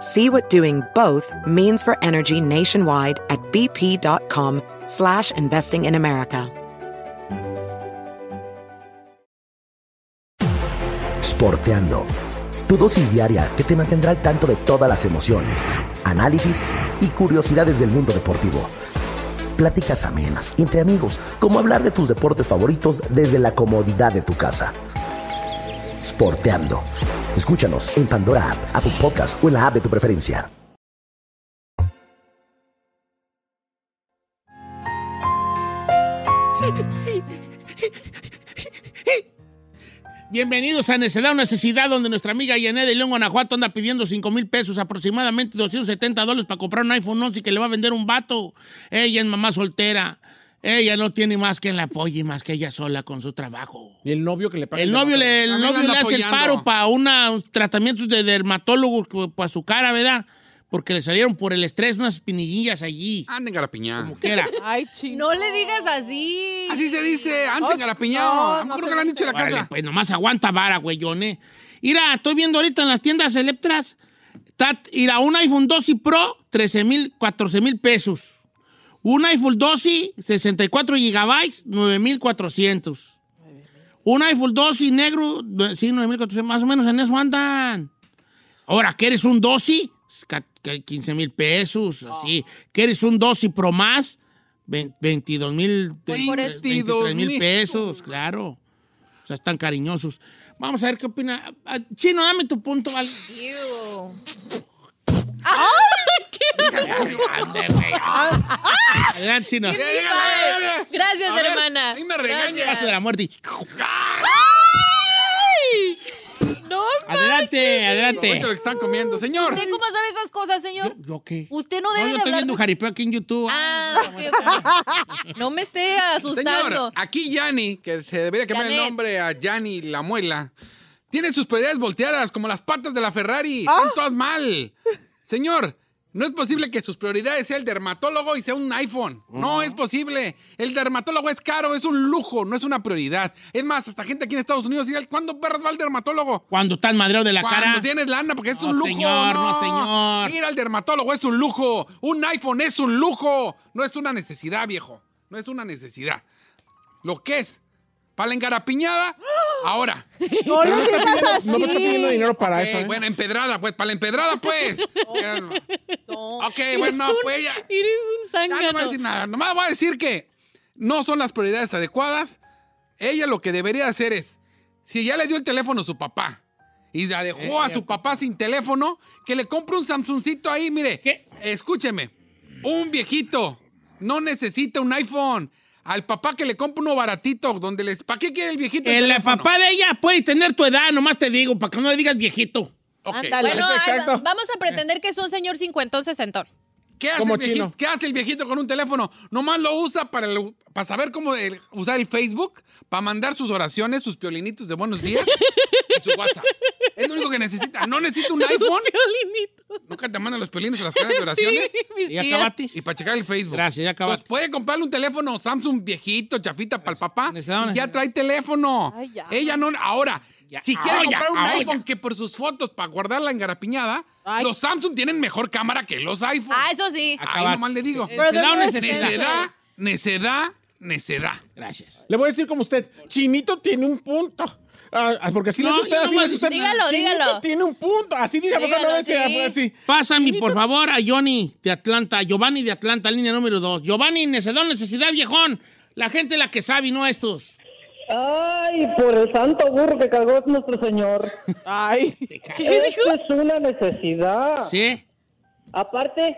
S1: See what doing both means for energy nationwide at bp.com slash investing in America.
S16: Sporteando. Tu dosis diaria que te mantendrá al tanto de todas las emociones, análisis y curiosidades del mundo deportivo. Pláticas amenas, entre amigos, como hablar de tus deportes favoritos desde la comodidad de tu casa. Sporteando. Escúchanos en Pandora App, Apple Podcast o en la app de tu preferencia.
S4: Bienvenidos a Necedad o Necesidad, donde nuestra amiga Yané de León, Guanajuato, anda pidiendo 5 mil pesos, aproximadamente 270 dólares para comprar un iPhone 11 que le va a vender un vato. Ella es mamá soltera. Ella no tiene más que en la apoye, más que ella sola con su trabajo.
S9: Y el novio que le paga.
S4: El novio le, el
S9: También la
S4: novio
S9: anda
S4: le hace el
S9: apoyando.
S4: paro para unos tratamientos de dermatólogo que- para su cara, ¿verdad? Porque le salieron por el estrés unas pinillillas allí.
S14: Anden garapiñados. Como
S4: quiera.
S8: Ay, chino.
S5: No le digas así.
S14: Así se dice,
S5: Anse
S14: Ansen Garapiñado. A lo mejor que lo han dicho en la
S4: Órale,
S14: casa.
S4: pues nomás aguanta vara, güeyón, eh. Mira, estoy viendo ahorita en las tiendas Electras. Está, mira, un iPhone 12 Pro, 13 mil, 14 mil pesos. Un iPhone 12, 64 gigabytes, 9400. Un iPhone 12 negro, de- sí, 9400, más o menos en eso andan. Ahora, ¿quieres un 12? Ca- ca- 15 mil pesos, así. ¿Quieres un 12 Pro más? Ve- 22 mil,
S14: Pues por eso.
S4: 23 mil
S14: 22,000.
S4: pesos, claro. O sea, están cariñosos. Vamos a ver qué opina. Ah, Chino, dame tu punto, ¿vale? Ande, güey. Adelante, Chino.
S5: Qué padre. Gracias,
S4: A ver,
S5: hermana.
S4: ahí me regaña.
S5: Gracias.
S4: Paso de la muerte.
S5: ¡Ay! No,
S4: Adelante, adelante.
S14: Aprovecha lo que están comiendo, señor.
S5: ¿Usted cómo sabe esas cosas, señor?
S4: ¿Yo qué?
S5: Usted no
S4: No,
S5: debe
S4: yo
S5: de
S4: estoy
S5: hablar.
S4: viendo un jaripeo aquí en YouTube.
S5: Ah, ok. No me esté asustando.
S14: Señor, aquí Yanni, que se debería cambiar el
S5: Janet.
S14: nombre a Yanni la muela, tiene sus prioridades volteadas, como las patas de la Ferrari.
S4: Ah.
S14: Están todas mal. Señor, no es posible que sus prioridades sea el dermatólogo y sea un iPhone.
S4: Mm.
S14: No es posible. El dermatólogo es caro, es un lujo, no es una prioridad. Es más, hasta gente aquí en Estados Unidos dirá, ¿cuándo perros va al dermatólogo?
S4: Cuando estás madreado de la
S14: Cuando
S4: cara.
S14: tienes lana, porque es
S4: No,
S14: un lujo.
S4: señor, no, señor.
S14: Ir al dermatólogo es un lujo. Un iPhone es un lujo. No es una necesidad, viejo. No es una necesidad. Lo que es, para la engarapiñada, ahora.
S9: No lo No está digas pidiendo- así. no me está pidiendo dinero para
S14: Ok,
S9: eso, ¿eh?
S14: Bueno, empedrada, pues, para la empedrada, pues. Ok, bueno,
S5: Eres un-
S14: pues ya.
S5: Eres un
S14: Ya no voy a decir
S5: zángano.
S14: nada. Nomás voy a decir que no son las prioridades adecuadas. Ella lo que debería hacer es, si ya le dio el teléfono a su papá y la
S9: Eh,
S14: dejó a su papá sin teléfono, que le compre un Samsungcito ahí, mire. Escúcheme, un viejito no necesita un iPhone. Al papá que le compre uno baratito, donde les... ¿Para qué quiere el viejito?
S4: El
S14: teléfono?
S4: papá de ella puede tener tu edad, nomás te digo, para que no le digas viejito.
S14: Ándale,
S5: Bueno, ah, vamos a pretender que es un señor cincuentón, sesentón.
S14: Eh. ¿Qué hace, el viejito, qué hace el viejito con un teléfono? Nomás lo usa para, el- para saber cómo el- usar el Facebook, para mandar sus oraciones, sus piolinitos de buenos días y su WhatsApp. Es lo único que necesita. No necesita un
S5: Sus
S14: iPhone. Nunca te mandan los pelines a las caras de oraciones.
S4: Sí, mis Ya tías. acabatis.
S14: Y para checar el Facebook.
S4: Gracias, ya
S14: Pues
S4: acabaste.
S14: puede comprarle un teléfono Samsung viejito, chafita para el papá. y ya trae teléfono.
S4: Ay, ya.
S14: Ella no. Ahora, si quiere
S4: Ahora,
S14: comprar un
S4: ahora.
S14: iPhone que por sus fotos para guardarla en garapiñada, los Samsung tienen mejor cámara que los iPhone.
S5: Ah, eso sí.
S14: Ahí nomás le digo.
S5: Eh, Pero
S9: de verdad es
S14: Necedad,
S9: eso.
S14: necedad, necedad. Gracias.
S9: Le voy a decir como usted, Chinito tiene un punto. Ah, ah, porque así
S14: No,
S9: lo dice usted,
S14: yo no
S9: así
S14: voy a
S9: lo dice usted.
S14: decir- Dígalo,
S9: Chinito
S14: dígalo.
S9: tiene un punto. Así dice, porque no Pues, dice así.
S4: Pásame, por favor, a Johnny de Atlanta, Giovanni de Atlanta, línea número 2. Giovanni, necedad, necesidad, viejón. La gente la que sabe, no estos.
S13: Ay, por el santo burro que cargó nuestro señor.
S8: Ay.
S13: Esto es una necesidad.
S4: Sí.
S13: Aparte,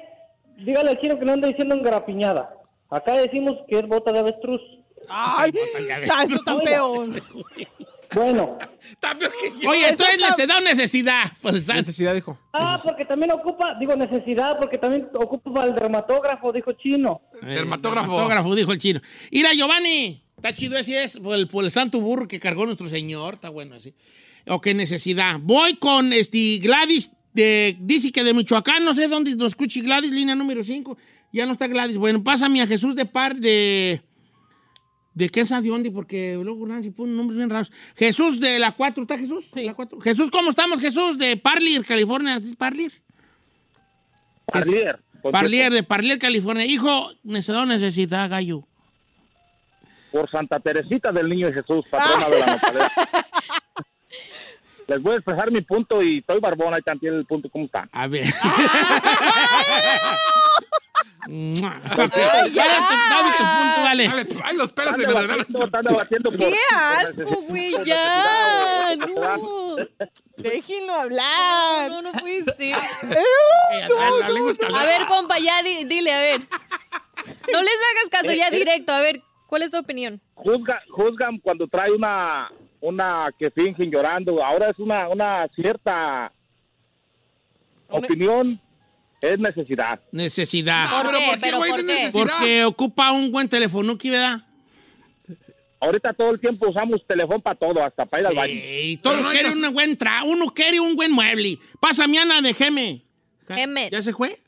S13: dígale al chino que no anda diciendo engarapiñada. Acá decimos que es bota de avestruz.
S8: Ay, Ah, eso está peor.
S13: Bueno.
S4: Oye,
S7: Pues
S13: Eso
S4: entonces
S13: está-
S4: necedad o necesidad. Pues,
S9: necesidad, dijo.
S13: Ah, porque también ocupa, digo necesidad, porque también ocupa el dermatógrafo, dijo chino.
S4: Dermatógrafo. Eh, Dermatógrafo, dijo el chino. Mira, Giovanni, está chido ese es, por el, por el santo burro que cargó nuestro señor, está bueno así. O qué necesidad. Voy con este Gladys, de, dice que de Michoacán, no sé dónde nos escuche Gladys, línea número 5. Ya no está Gladys. Bueno, pásame a Jesús de par de... ¿De qué sabe dónde? Porque luego Nancy pone nombres bien raros. Jesús de la 4, ¿está Jesús? Sí. La 4. Jesús, ¿cómo estamos, Jesús? De Parlier, California. ¿Es Parlier?
S17: Parlier.
S4: Parlier, de Parlier, California. Hijo, necesito necesidad, gallo.
S17: Por Santa Teresita del Niño Jesús,
S4: Ah.
S17: patrona de la notadera. Les voy a expresar mi punto y estoy barbona y también el punto como está.
S4: A ver.
S17: Ay, ya.
S4: Dame tu punto, vale.
S14: Dale tu- Ay, los pelos de
S17: Están
S14: verdad.
S17: debatiendo, están debatiendo por-
S5: ¡Qué
S17: por
S5: asco,
S17: necesidad,
S5: güey!
S17: por
S5: ¡Ya!
S17: necesidad, por
S5: ¡No!
S8: Déjenlo hablar.
S5: Uh. No, no, no puede ser.
S15: Eh,
S8: la lengua está
S5: A ver, compa, ya di- dile, a ver. No les hagas caso,
S14: Eh,
S5: ya directo. A ver, ¿cuál es tu opinión?
S17: Juzga- juzgan cuando trae una una que fingen llorando. Ahora es una, una cierta opinión, es necesidad.
S4: Necesidad.
S17: ¿Por
S4: pero
S17: qué? ¿Pero
S4: güey,
S17: por
S4: de
S17: qué?
S4: necesidad? Porque ocupa un buen teléfono, ¿qué verdad?
S17: Ahorita todo el tiempo usamos teléfono para todo, hasta para ir al baño.
S4: Y todo quiere un buen tra uno quiere un buen mueble. Pásame, Ana, de Geme.
S5: Geme.
S4: ¿Ya se fue?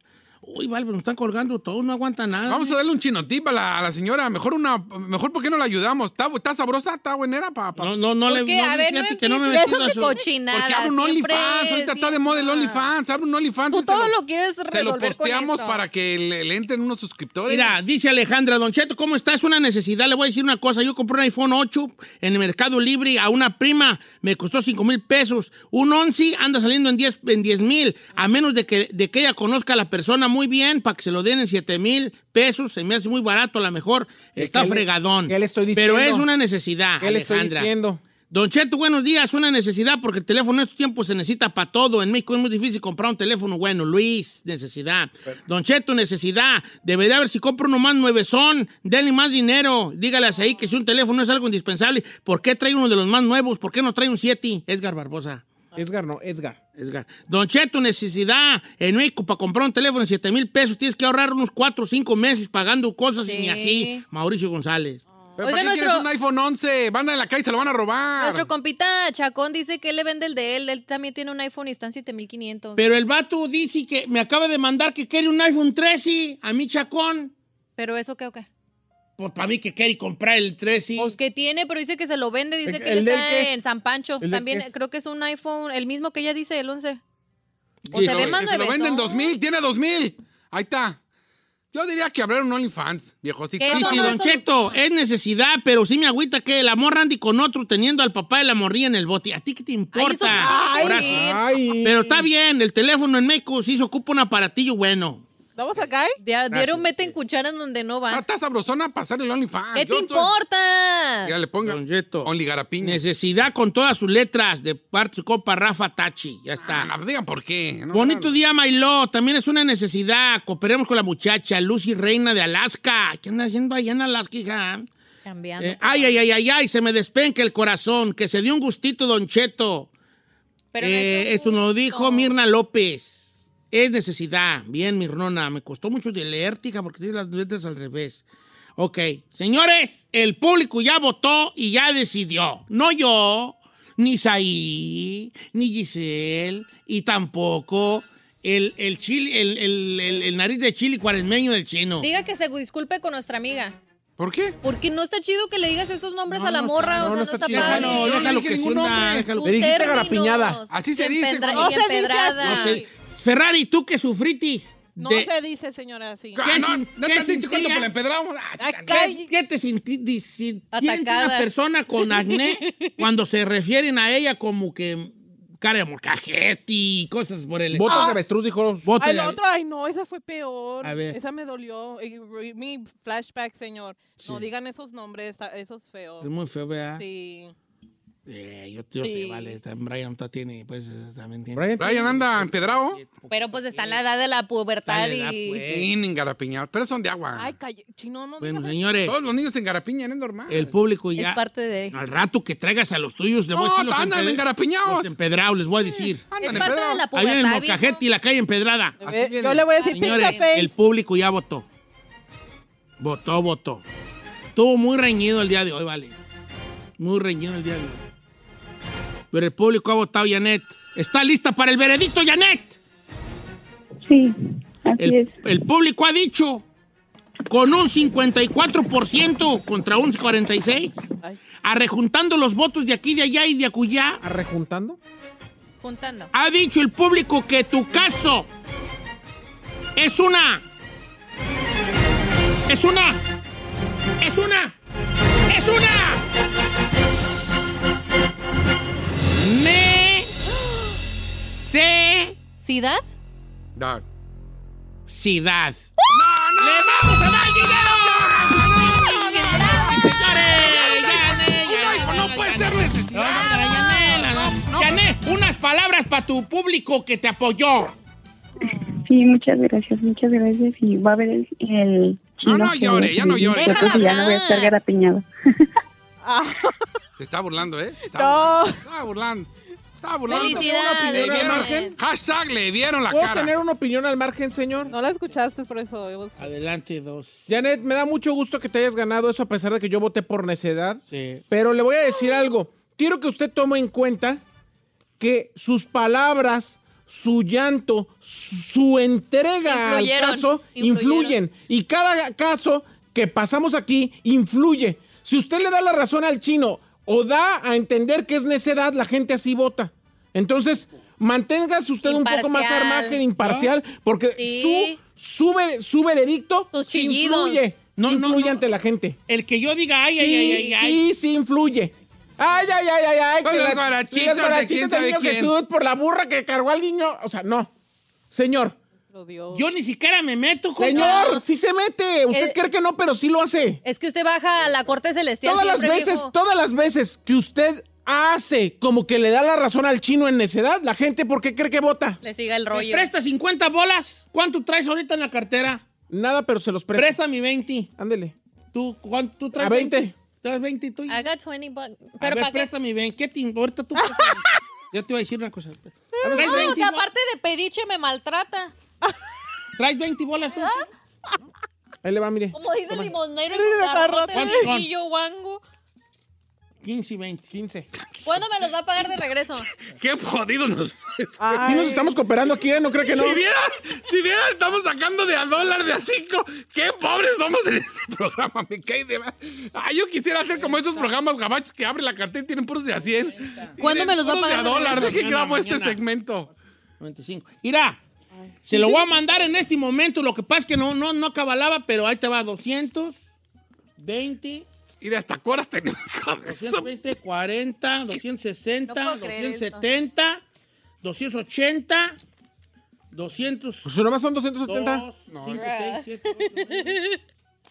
S4: Uy, vale, pero nos están colgando todos, no aguanta nada.
S14: Vamos a darle un chinotip a la, a la señora. Mejor una, mejor porque no la ayudamos. ¿Está, está sabrosa? ¿Está buenera? Pa, pa-
S4: No, no, no le
S5: ¿Por qué?
S4: no,
S5: a ver, no
S4: fíjate que no me he
S5: empieces
S4: metido a
S5: esas
S4: su-
S5: cochinadas.
S14: Porque abre un
S5: siempre
S14: OnlyFans. Ahorita está de moda el OnlyFans. Abre un OnlyFans.
S5: Tú
S14: y se
S5: todo lo quieres
S14: Se lo
S5: resolver con
S14: posteamos
S5: eso.
S14: para que le, le entren unos suscriptores.
S4: Mira, dice Alejandra, Don Cheto, ¿cómo está? Es una necesidad. Le voy a decir una cosa. Yo compré un iPhone 8 en el Mercado Libre a una prima. Me costó 5 mil pesos. Un 11 anda saliendo en 10 en 10 mil. A menos de que, de que ella conozca a la persona muy bien para que se lo den en 7 mil pesos. Se me hace muy barato. A lo mejor está
S9: que le-
S4: fregadón.
S9: que le estoy diciendo.
S4: Pero es una necesidad,
S9: ¿Qué le estoy
S4: Alejandra.
S9: diciendo?
S4: Don Cheto, buenos días. Una necesidad porque el teléfono en estos tiempos se necesita para todo. En México es muy difícil comprar un teléfono bueno. Luis, necesidad. Don Cheto, necesidad. Debería haber si compra uno más nueve son. Denle más dinero. Dígales ahí que si un teléfono es algo indispensable, ¿por qué trae uno de los más nuevos? ¿Por qué no trae un 7? Edgar Barbosa.
S9: Edgar, no, Edgar.
S4: Edgar. Don Cheto, necesidad. En México, para comprar un teléfono en 7 mil pesos, tienes que ahorrar unos 4 o 5 meses pagando cosas y
S5: Sí.
S4: ni así. Mauricio González.
S14: ¿Pero
S5: Oiga,
S14: ¿Para qué quieres
S5: nuestro-
S14: un iPhone 11? Van a la calle y se lo van a robar.
S5: Nuestro compita Chacón dice que él le vende el de él. Él también tiene un iPhone y está en 7500.
S4: Pero el vato dice que me acaba de mandar que quiere un iPhone 13 a mi chacón.
S5: Pero eso qué, o qué.
S4: Pues para mí que quiere comprar el 13.
S5: Pues que tiene, pero dice que se lo vende. Dice
S4: El-
S5: que
S4: el
S5: él
S4: del
S5: está
S4: que es-
S5: en San Pancho.
S4: el del
S5: También
S4: que es-
S5: creo que es un iPhone, el mismo que ella dice, el 11. O
S14: Sí,
S5: Pues se
S14: no,
S5: ve
S14: que
S5: más
S14: se lo
S5: nuevezón.
S14: venden 2000, tiene 2000. Ahí está. Yo diría que abrieron un OnlyFans, viejocito.
S4: Y si Don Cheto, es necesidad, pero sí me agüita que el amor Randy con otro teniendo al papá de la morrilla en el bote. ¿A ti qué te importa?
S8: Ay, eso-
S4: Horacio?
S8: Ay.
S4: Pero está bien, el teléfono en México sí se ocupa un aparatillo bueno.
S8: ¿Estamos acá?
S14: Ah,
S5: Dieron meten cucharas donde no van.
S14: Está sabrosona pasar el OnlyFans.
S5: ¿Qué te
S14: Yo estoy-
S5: importa?
S14: Mira, le ponga
S4: Necesidad con todas sus letras de parte de su copa Rafa Tachi. Ya está.
S14: Ah, digan por qué. No,
S4: Bonito
S14: no, no.
S4: día, Mailó. También es una necesidad. Cooperemos con la muchacha, Lucy Reina de Alaska. ¿Qué anda haciendo allá en Alaska, hija?
S5: Cambiando.
S14: ah,
S4: Eh, ay, ay, ay, ay, ay, se me despenca el corazón. Que se dio un gustito, Don Cheto.
S5: Pero
S4: Eh, esto nos lo dijo Mirna López. Es necesidad. Bien, Mirnona. Me costó mucho de leer, tija, porque tiene las letras al revés. Ok. Señores, el público ya votó y ya decidió. No yo, ni Saí, ni Giselle, y tampoco el, el chile, el, el- el- el nariz de chile cuaresmeño del chino.
S5: Diga que se disculpe con nuestra amiga.
S4: ¿Por qué?
S5: Porque no está chido que le digas esos nombres a la morra, o sea, no, está,
S4: chido.
S5: padre.
S4: Déjalo, déjalo que
S9: ningún
S4: suena.
S9: nombre.
S4: déjalo.
S9: Le dijiste Términos. garapiñada.
S4: Así se
S5: Y
S4: dice.
S5: empedra-
S4: cuando-
S5: y No se dice empedrada. así.
S4: No sé. Ferrari, ¿tú que sufritis?
S8: No Ah,
S4: de- Ah,
S8: se dice, señora, así.
S4: ¿Qué, sin- qué sentía? ¿Qué, qué te sentí- di- si- siente una
S8: Atacada.
S4: persona con acné cuando se refieren a ella como que cara de molcajete y cosas por el
S9: Botas de
S4: Ah.
S9: avestruz, dijo.
S4: Botas
S8: Ay,
S4: de
S8: la
S4: ave-
S8: otra, ay, no, esa fue peor.
S4: A ver.
S8: Esa me dolió. Eh, re- Mi flashback, señor. No digan esos nombres, está- eso es feo.
S4: Es muy feo, ¿verdad?
S8: Sí.
S4: Eh, yo, yo sé,
S8: Sí.
S4: vale. tam- Brian ta- tiene, pues, también tiene.
S14: Brian anda empedrado.
S5: Pero pues está en la edad de la pubertad y.
S14: en garapiñado. Pero son de agua.
S8: Ay, calle, chino, no
S4: Bueno,
S8: digas
S4: señores.
S14: Todos los niños se engarapiñan, es normal.
S4: El público
S14: Pues
S4: ya.
S5: Es parte de.
S14: Ah.
S4: Al rato que traigas a los tuyos, le voy
S14: No,
S4: a decir. los
S14: andan
S4: emped-
S14: engarapiñados.
S4: los empedrados, les voy a decir.
S5: Es parte de la
S4: Ahí viene el
S5: pubertad. viejo.
S4: molcajete y la calle empedrada.
S8: Eh, yo le voy a decir
S4: Señores,
S8: pizza face.
S4: el público ya votó. Votó, votó. Estuvo muy reñido el día de hoy, vale. Muy reñido el día de hoy. Pero el público ha votado, Janet. ¿Está lista para el veredicto, Janet?
S11: Sí, así
S4: El,
S11: es.
S4: el público ha dicho con un 54% contra un 46%, arrejuntando los votos de aquí, de allá y de acullá. ¿Arrejuntando?
S5: Juntando.
S4: Ha dicho el público que tu caso es una. Es una. Es una. Es una. Me. Se.
S5: ¿Cidad?
S4: Ciudad. ¡Le vamos a dar dinero! ¡No puede ser Gané unas palabras para tu público que te apoyó.
S11: Sí, muchas gracias, muchas gracias. Y va a haber el. el chino
S14: no
S11: que-
S14: llore, ya no llore.
S11: yo creo que ya no voy a estar garapiñado.
S14: Se está burlando, ¿eh? Se está
S8: No.
S14: burlando. Se está burlando. Se está burlando.
S8: Felicidades,
S14: Le vieron-
S8: Janet.
S14: Hashtag le vieron la
S9: ¿Puedo
S14: cara.
S9: tener una opinión al margen, señor?
S8: No la escuchaste, por eso. yo-
S4: Adelante, dos.
S9: Pues, Janet, me da mucho gusto que te hayas ganado eso a pesar de que yo voté por necedad.
S4: Sí.
S9: Pero le voy a decir algo. Quiero que usted tome en cuenta que sus palabras, su llanto, su entrega al
S14: Influyeron,
S9: caso
S14: influyeron.
S9: influyen. Y cada caso que pasamos aquí influye. Si usted le da la razón al chino o da a entender que es necedad, la gente así vota. Entonces, manténgase usted un poco más al
S5: Imparcial.
S9: margen imparcial, porque
S5: Sí.
S9: su, su, ve- su veredicto
S5: Sus
S9: sí
S5: chillidos.
S9: influye. sí influye ante la gente.
S4: El que yo diga, ay,
S9: sí,
S4: ay, ay, ay,
S9: Sí,
S4: ay.
S9: sí influye. Ay, ay, ay, ay, ay.
S4: Con
S9: que
S4: los
S9: la-
S4: guarachitos
S9: sí, los
S4: de
S9: guarachitos
S4: quién
S9: del
S4: sabe
S9: niño
S4: quién.
S9: Jesús por la burra que cargó al niño. O sea, no. Señor.
S4: Yo ni siquiera me meto, compa.
S9: Señor, sí se mete. Usted
S5: Eh,
S9: cree que no, pero sí lo hace.
S5: Es que usted baja a la corte celestial
S9: Todas las
S5: siempre,
S9: veces,
S5: viejo.
S9: todas las veces que usted hace como que le da la razón al chino en necedad, la gente, ¿por qué cree que vota?
S5: Le siga el rollo.
S4: ¿Me prestas 50 bolas? ¿Cuánto traes ahorita en la cartera?
S9: Nada, pero se los presta.
S4: Presta mi 20.
S9: Ándele.
S4: ¿Tú, cuánto, tú traes?
S9: A 20.
S4: ¿Traes 20 tú?
S5: I got 20 bucks.
S4: A
S5: Pero
S4: ver,
S5: para qué.
S4: préstame 20. ¿Qué te importa tú? Yo te voy a decir una cosa.
S5: No,
S4: ¿Traes 20,
S5: o sea, aparte de pediche me maltrata.
S4: traes 20 bolas tú?
S9: Ahí le va, mire.
S5: Como dice el limonero en
S9: Mira,
S5: un garrote
S9: garrote.
S5: de guillo guango.
S4: 15 y 20.
S9: 15.
S5: ¿Cuándo me los va a pagar de regreso?
S14: Qué jodido nos.
S9: Sí nos estamos cooperando aquí, ¿eh? No creo que no.
S14: Si vieran, si vieran, estamos sacando de a dólar, de a cinco. Qué pobres somos en ese programa, me cae de mal. Ah, yo quisiera hacer como esos programas gabachos que abren la cartera y tienen puros de a 100.
S4: ¿Cuándo me los va a
S14: Puros
S4: pagar
S14: de a
S4: de
S14: dólar,
S4: regreso?
S14: ¿de qué
S4: Mañana,
S14: grabo este
S4: mañana.
S14: segmento?
S4: 95. Mira, se lo voy a mandar en este momento. Lo que pasa es que no, no, no cabalaba, pero ahí te va 200, 20.
S14: Y de hasta cuáles tenemos.
S4: 220, 40, 260,
S14: No puedo creer
S4: 270, 280, 200.
S9: Pues nomás son 270.
S4: Dos, cinco, seis, siete, ocho, nueve,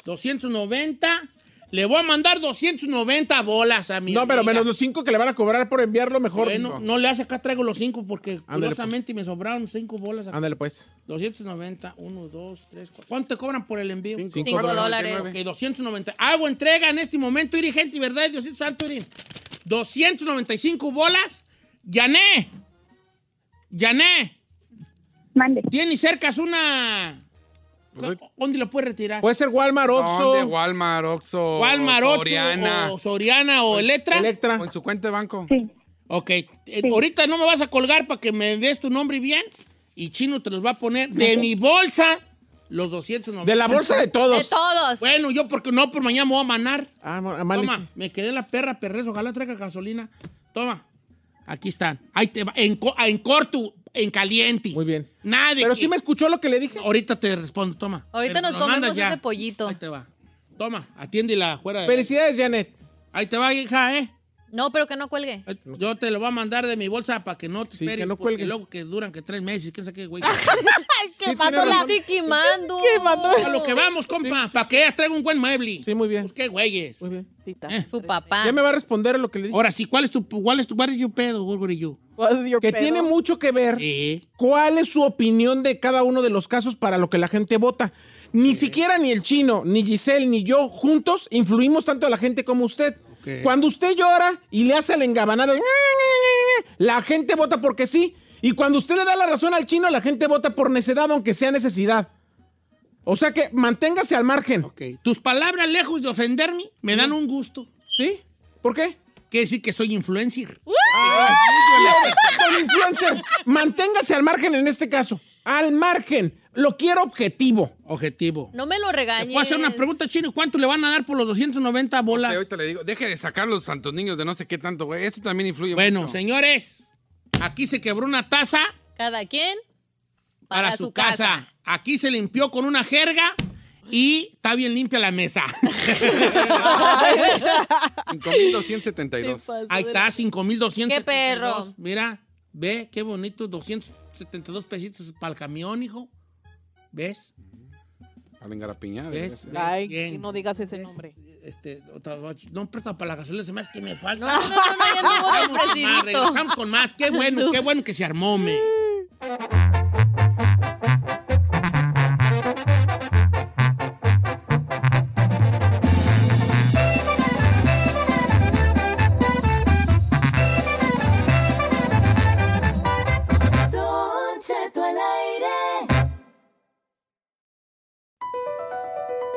S4: 290. Le voy a mandar 290 bolas a mi
S9: No, pero
S4: amiga.
S9: menos los 5 que le van a cobrar por enviarlo mejor.
S4: Bueno, no le hace acá, traigo los 5 porque
S9: Ándale, pues.
S4: curiosamente me sobraron 5 bolas acá.
S9: Ándale, pues.
S4: 290, 1, 2, 3, 4. ¿Cuánto te cobran por el envío?
S9: Cinco Cinco dólares.
S4: Ok, 290. Hago entrega en este momento, Iri, gente, ¿verdad? Diosito santo, Iri. 295 bolas. ¡Yané! ¡Yané!
S11: Mande.
S4: Tienes cercas una... ¿Dónde lo puedes retirar?
S9: Pues Puede ser Walmart, Oxxo.
S14: ¿Dónde? Walmart, Oxxo,
S4: Walmart, Oxxo,
S14: Soriana.
S4: o Soriana o Electra.
S9: Electra.
S14: ¿Con su cuenta de banco?
S4: Ok. eh, Ahorita no me vas a colgar para que me des tu nombre bien y Chino te los va a poner de mi bolsa los 290.
S9: De la bolsa de todos. De
S4: todos. Bueno, yo porque no, por mañana me voy a manar.
S9: amanece.
S4: Toma, me quedé la perra perrez, ojalá traiga gasolina. Toma, aquí están. Ahí te va, en, co- en corto, en caliente. Muy bien. Nada Pero sí me
S9: escuchó lo que le dije.
S4: Ahorita te respondo, toma.
S5: Ahorita
S4: Te-
S5: nos
S4: lo mandas
S5: comemos
S4: ya.
S5: ese pollito.
S4: Ahí te va. Toma, atiéndela fuera de...
S9: Felicidades, Janet.
S4: Ahí te va, hija, ¿eh?
S5: No, pero que no cuelgue.
S4: Yo te lo voy a mandar de mi bolsa para que no te esperes.
S9: que no
S4: porque
S9: cuelgue.
S4: luego que duran que tres meses, quién sabe qué, güey.
S5: Quemando la- razón. quemando. Quemando.
S4: A lo que vamos, compa, para que ella traiga un buen mueble. Sí, muy bien. Pues qué güeyes. Eh. Muy bien.
S5: Su papá.
S9: Ya me va a responder a lo que le dije.
S4: Ahora sí, ¿cuál es tu, cuál es tu, cuál es tu pedo, Gorgorillo?
S9: Que
S4: pedo?
S9: tiene mucho que ver cuál es su opinión de cada uno de los casos para lo que la gente vota. Ni siquiera ni el chino, ni Giselle, ni yo juntos influimos tanto a la gente como usted.
S4: Ok.
S9: Cuando usted llora y le hace el engabanado, la gente vota porque sí. Y cuando usted le da la razón al chino, la gente vota por necedad, aunque sea necesidad. O sea que manténgase al margen.
S4: Tus palabras, lejos de ofenderme, me dan un gusto.
S9: ¿Sí? ¿Por qué?
S4: Quiere decir que soy influencer.
S9: Don influencer, manténgase al margen en este caso. Al margen. Lo quiero objetivo.
S4: Objetivo.
S5: No me lo regañes.
S4: Voy a hacer una pregunta, Chino. ¿Cuánto le van a dar por los 290 bolas?
S14: ahorita le digo, deje de sacar los santos niños de no sé qué tanto, güey. Eso también influye
S4: Bueno,
S14: mucho.
S4: señores, aquí se quebró una taza
S5: Cada quien
S4: para, su, casa. Aquí se limpió con una jerga y está bien limpia la mesa.
S14: 5272.
S4: Ahí está, 5200.
S5: Qué perro.
S4: Mira, ve, qué bonito, 272 pesitos para el camión, hijo. ¿Ves?
S14: Al engarapiñado.
S4: ¿Ves?
S14: gracias.
S8: Ay,
S4: Bien.
S8: que no digas ese nombre.
S4: Este, otra- no presta para la gasolina, se me hace que me falta.
S8: No, no, no, no, ya anduvo
S4: Regresamos con más,
S8: ofrecidito.
S4: Regresamos con más. Qué bueno, qué bueno que se armó, me.
S15: Don Cheto al aire.